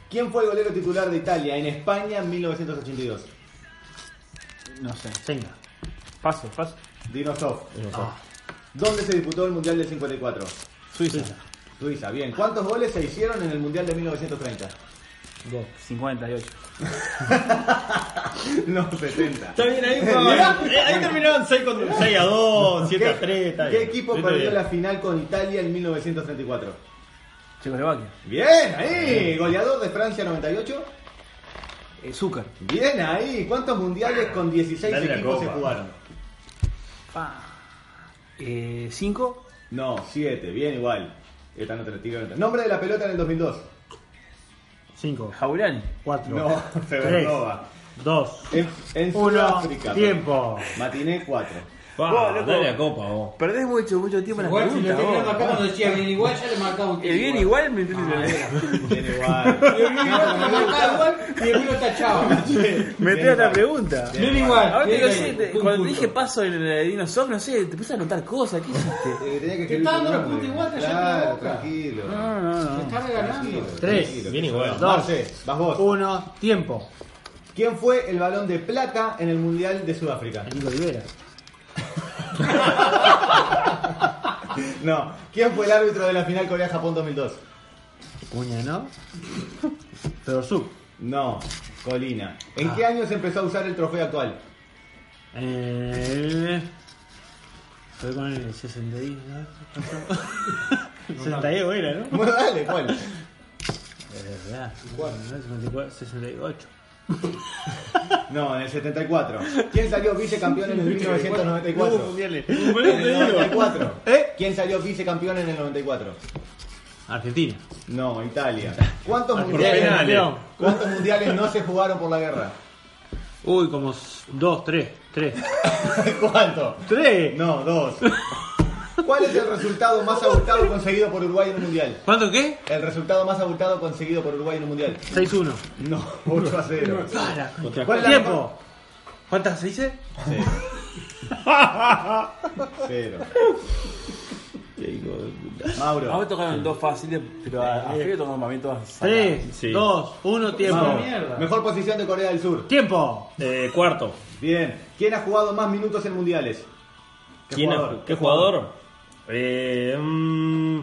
Speaker 2: ¿Quién fue el golero titular de Italia en España en 1982?
Speaker 4: No sé.
Speaker 6: Venga.
Speaker 4: Paso, paso.
Speaker 2: Dinosov. Ah. ¿Dónde se disputó el Mundial del 54?
Speaker 4: Suiza.
Speaker 2: Suiza, bien. ¿Cuántos goles se hicieron en el Mundial de 1930?
Speaker 4: 58.
Speaker 2: No, 70.
Speaker 5: Está bien ahí, Pablo. Eh, Ahí terminaron 6, con, 6 a 2, 7 a 3. está
Speaker 2: ¿Qué
Speaker 5: bien.
Speaker 2: equipo
Speaker 5: Está
Speaker 2: perdió
Speaker 5: bien.
Speaker 2: la final con Italia en 1934?
Speaker 4: Checoslovaquia.
Speaker 2: Bien, ahí. Goleador de Francia 98.
Speaker 4: Eh, Zúcar.
Speaker 2: Bien, ahí. ¿Cuántos mundiales con 16
Speaker 5: Dale la
Speaker 2: equipos se
Speaker 5: copa.
Speaker 2: jugaron?
Speaker 4: Eh, 5.
Speaker 2: No, 7. Bien, igual. Esta no te la tiro, no te- Nombre de la pelota en el 2002.
Speaker 6: 5,
Speaker 4: Jaurani.
Speaker 6: 4,
Speaker 2: No, Severnova.
Speaker 6: 2,
Speaker 2: En, en
Speaker 6: 1,
Speaker 2: Sudáfrica.
Speaker 6: tiempo.
Speaker 2: Matiné 4.
Speaker 5: Pa,
Speaker 9: Vos, loco.
Speaker 5: dale la copa, vos.
Speaker 9: Perdés mucho, mucho tiempo en las
Speaker 3: Igual si lo
Speaker 9: preguntas.
Speaker 3: estoy mirando
Speaker 9: vos.
Speaker 3: acá cuando decía bien igual, ya le marcaba un
Speaker 4: Eh,
Speaker 9: El bien igual me
Speaker 2: Bien,
Speaker 3: Y el
Speaker 2: igual.
Speaker 3: bien igual, lo marcaba igual y el bien lo tachaba.
Speaker 9: Me
Speaker 2: Bien,
Speaker 9: trae la
Speaker 2: igual.
Speaker 9: pregunta.
Speaker 3: Bien igual. Ah,
Speaker 4: Ahora te
Speaker 3: bien
Speaker 4: lo
Speaker 3: igual.
Speaker 4: sé, te-
Speaker 3: Un
Speaker 4: cuando te
Speaker 3: punto.
Speaker 4: dije paso en el Dinosaur, no sé, te puse a anotar cosas, ¿qué hiciste?
Speaker 2: Eh, tenía que
Speaker 3: Te
Speaker 2: escribir
Speaker 3: está
Speaker 2: tu
Speaker 3: dando la
Speaker 2: nombre.
Speaker 3: punta igual, callate la
Speaker 2: Claro,
Speaker 3: boca.
Speaker 2: tranquilo.
Speaker 4: No, no, no.
Speaker 3: Me está regalando.
Speaker 6: Tres.
Speaker 5: Bien igual.
Speaker 6: Dos.
Speaker 2: Marce, vas vos.
Speaker 6: 1, tiempo.
Speaker 2: ¿Quién fue el balón de plata en el Mundial de Sudáfrica?
Speaker 6: El Nico Olivera.
Speaker 2: No. ¿Quién fue el árbitro de la final Corea-Japón 2002?
Speaker 6: Cuña, ¿no? Pero sub.
Speaker 2: No, Colina. ¿En
Speaker 6: Ah.
Speaker 2: qué año se empezó a usar el trofeo actual?
Speaker 6: Eh, fue con el 61, ¿no? 62 era, ¿no?
Speaker 2: Bueno, dale, ¿cuál?
Speaker 6: Es verdad. ¿no? 54, 68.
Speaker 2: No, en el 74. ¿Quién salió vicecampeón en el 1994? En el 94. ¿Quién salió vicecampeón en el 94?
Speaker 6: Argentina.
Speaker 2: No, Italia. ¿Cuántos
Speaker 6: Por
Speaker 2: mundiales,
Speaker 6: penales.
Speaker 2: ¿Cuántos mundiales no se jugaron por la guerra?
Speaker 6: Uy, como 2, 3, 3.
Speaker 2: ¿Cuánto?
Speaker 6: 3.
Speaker 2: No, dos. ¿Cuál es el resultado más abultado conseguido por Uruguay en un mundial?
Speaker 6: ¿Cuánto qué?
Speaker 2: El resultado más abultado conseguido por Uruguay en un mundial.
Speaker 6: 6-1.
Speaker 2: No, 8 a 0.
Speaker 6: Para,
Speaker 5: Contra-
Speaker 2: ¿Cuál es la mejor?
Speaker 6: tiempo. ¿Cuántas se dice?
Speaker 2: Cero. Mauro.
Speaker 4: A vos tocaron dos fáciles, pero a, a Fede tocaron para mí todas. saladas.
Speaker 6: 3,
Speaker 5: Sí.
Speaker 6: 2, 1, tiempo.
Speaker 2: Mauro.
Speaker 3: mierda.
Speaker 2: Mejor posición de Corea del Sur.
Speaker 6: Tiempo.
Speaker 5: Eh, cuarto.
Speaker 2: Bien. ¿Quién ha jugado más minutos en mundiales? ¿Qué
Speaker 5: ¿Quién
Speaker 2: jugador?
Speaker 5: ¿Qué jugador? Eh, mm,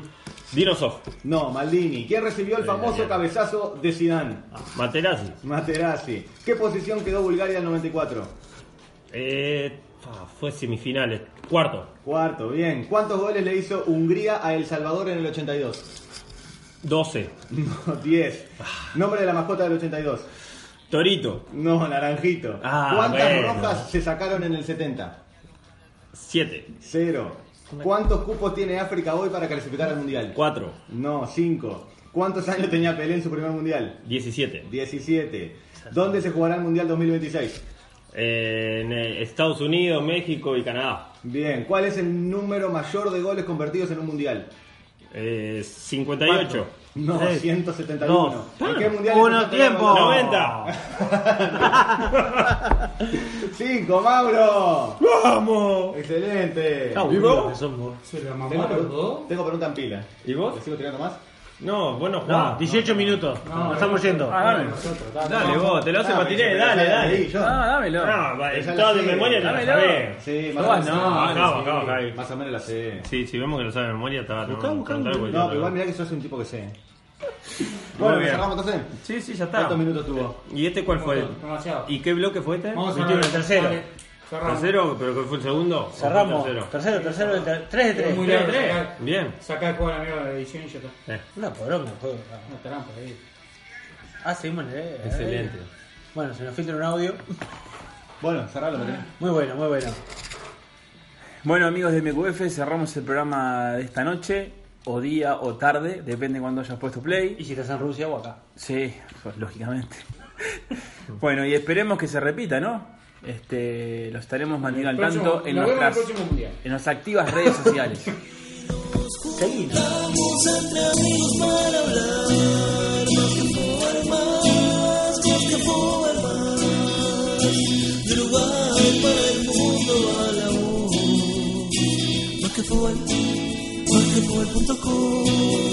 Speaker 5: Dinosoft.
Speaker 2: No, Maldini. ¿Quién
Speaker 5: Eh,
Speaker 2: recibió el famoso cabezazo de Zidane?
Speaker 5: Ah. Materazzi.
Speaker 2: Materazzi. ¿Qué posición quedó Bulgaria en 94?
Speaker 5: Eh, ah, fue semifinales. Cuarto.
Speaker 2: Cuarto, bien. ¿Cuántos goles le hizo Hungría a El Salvador en el 82?
Speaker 5: 12.
Speaker 2: No, 10.
Speaker 5: Ah.
Speaker 2: Nombre de la mascota del 82.
Speaker 5: Torito.
Speaker 2: No, naranjito.
Speaker 5: Ah,
Speaker 2: ¿Cuántas
Speaker 5: bueno.
Speaker 2: rojas se sacaron en el 70?
Speaker 5: 7.
Speaker 2: Cero. ¿Cuántos cupos tiene África hoy para clasificar al mundial?
Speaker 5: 4.
Speaker 2: No, cinco. ¿Cuántos años tenía Pelé en su primer mundial?
Speaker 5: 17.
Speaker 2: 17. ¿Dónde se jugará el mundial 2026?
Speaker 5: Eh, en eh, Estados Unidos, México y Canadá.
Speaker 2: Bien, ¿cuál es el número mayor de goles convertidos en un mundial?
Speaker 5: Eh, 58.
Speaker 2: No,
Speaker 6: Tres.
Speaker 2: 171.
Speaker 6: Dos.
Speaker 2: ¿En qué mundial?
Speaker 6: Uno,
Speaker 2: empezó
Speaker 6: tiempo.
Speaker 2: Pelé a golear?
Speaker 5: 90.
Speaker 2: ¡Cinco, Mauro!
Speaker 5: ¡Vamos!
Speaker 2: ¡Excelente!
Speaker 6: Está
Speaker 5: ¿Y
Speaker 6: aburrido
Speaker 5: vos?
Speaker 6: que son vos.
Speaker 3: Se la
Speaker 2: Tengo,
Speaker 3: mamaron
Speaker 2: pregun-
Speaker 3: los dos.
Speaker 2: tengo pregunta en pila.
Speaker 5: ¿Y
Speaker 2: ¿Le
Speaker 5: vos?
Speaker 2: sigo tirando más?
Speaker 5: No, vos no
Speaker 6: No,
Speaker 5: jugás.
Speaker 6: 18 minutos.
Speaker 3: No,
Speaker 6: Nos
Speaker 3: no.
Speaker 6: estamos yendo.
Speaker 3: Nosotros, dale.
Speaker 5: Dale vos, te lo hace
Speaker 2: Ah,
Speaker 5: patiné,
Speaker 2: pero
Speaker 5: dale,
Speaker 2: ya la
Speaker 5: dale.
Speaker 2: leí yo.
Speaker 4: Ah, dámelo.
Speaker 5: No, va,
Speaker 2: Esa
Speaker 5: estaba
Speaker 2: la
Speaker 5: de
Speaker 2: sé.
Speaker 5: memoria no la
Speaker 4: Dámelo.
Speaker 5: sabés.
Speaker 2: Sí,
Speaker 4: No,
Speaker 2: más o menos.
Speaker 5: No,
Speaker 4: no,
Speaker 5: acá, acá, acá.
Speaker 2: Más o menos la sé.
Speaker 5: Sí, si vemos que lo sabe de memoria, está.
Speaker 6: Buscá, buscá,
Speaker 2: No, pero igual mirá que sos un tipo que sé.
Speaker 5: Muy
Speaker 2: Bueno,
Speaker 5: bien.
Speaker 2: cerramos entonces.
Speaker 5: Sí, sí, ya está.
Speaker 2: ¿Cuántos minutos tuvo?
Speaker 5: ¿Y este cuál fue?
Speaker 3: Demasiado.
Speaker 5: ¿Y qué bloque fue este?
Speaker 3: Vamos a
Speaker 6: Metió en el tercero.
Speaker 3: Dale, cerramos.
Speaker 5: ¿Tercero? ¿Pero cuál fue el segundo? ¿O
Speaker 6: Cerramos.
Speaker 5: fue el tercero?
Speaker 6: Tercero, tercero, 3 de
Speaker 3: Muy
Speaker 6: 3.
Speaker 3: largo.
Speaker 5: Tres, tres.
Speaker 3: Acá.
Speaker 5: Bien.
Speaker 3: Sacá el juego a la mierda de la edición y ya está.
Speaker 5: Eh,
Speaker 6: Una poronga, juego.
Speaker 3: Una trampa eh. ahí.
Speaker 6: Ah, seguimos en el aire.
Speaker 5: Excelente.
Speaker 6: Bueno, se nos filtra un audio.
Speaker 2: Bueno, cerralo, ¿eh? Pelé.
Speaker 6: Muy bueno, muy bueno.
Speaker 4: Bueno, amigos de MQF, cerramos el programa de esta noche, o día o tarde, depende cuando hayas puesto play.
Speaker 6: Y si estás en Rusia o acá.
Speaker 4: Sí, pues, lógicamente. bueno, y esperemos que se repita, ¿no? Este, lo estaremos manteniendo al
Speaker 3: Próximo-
Speaker 4: tanto en
Speaker 3: nos vemos en el
Speaker 4: nuestras,
Speaker 3: próximo mundial.
Speaker 4: en nuestras activas redes sociales.
Speaker 6: Seguimos.
Speaker 1: Vamos entre amigos para hablar más que fútbol más, más que fútbol más. De Uruguay para el mundo a la voz. Más que fútbol, más que fútbol punto com.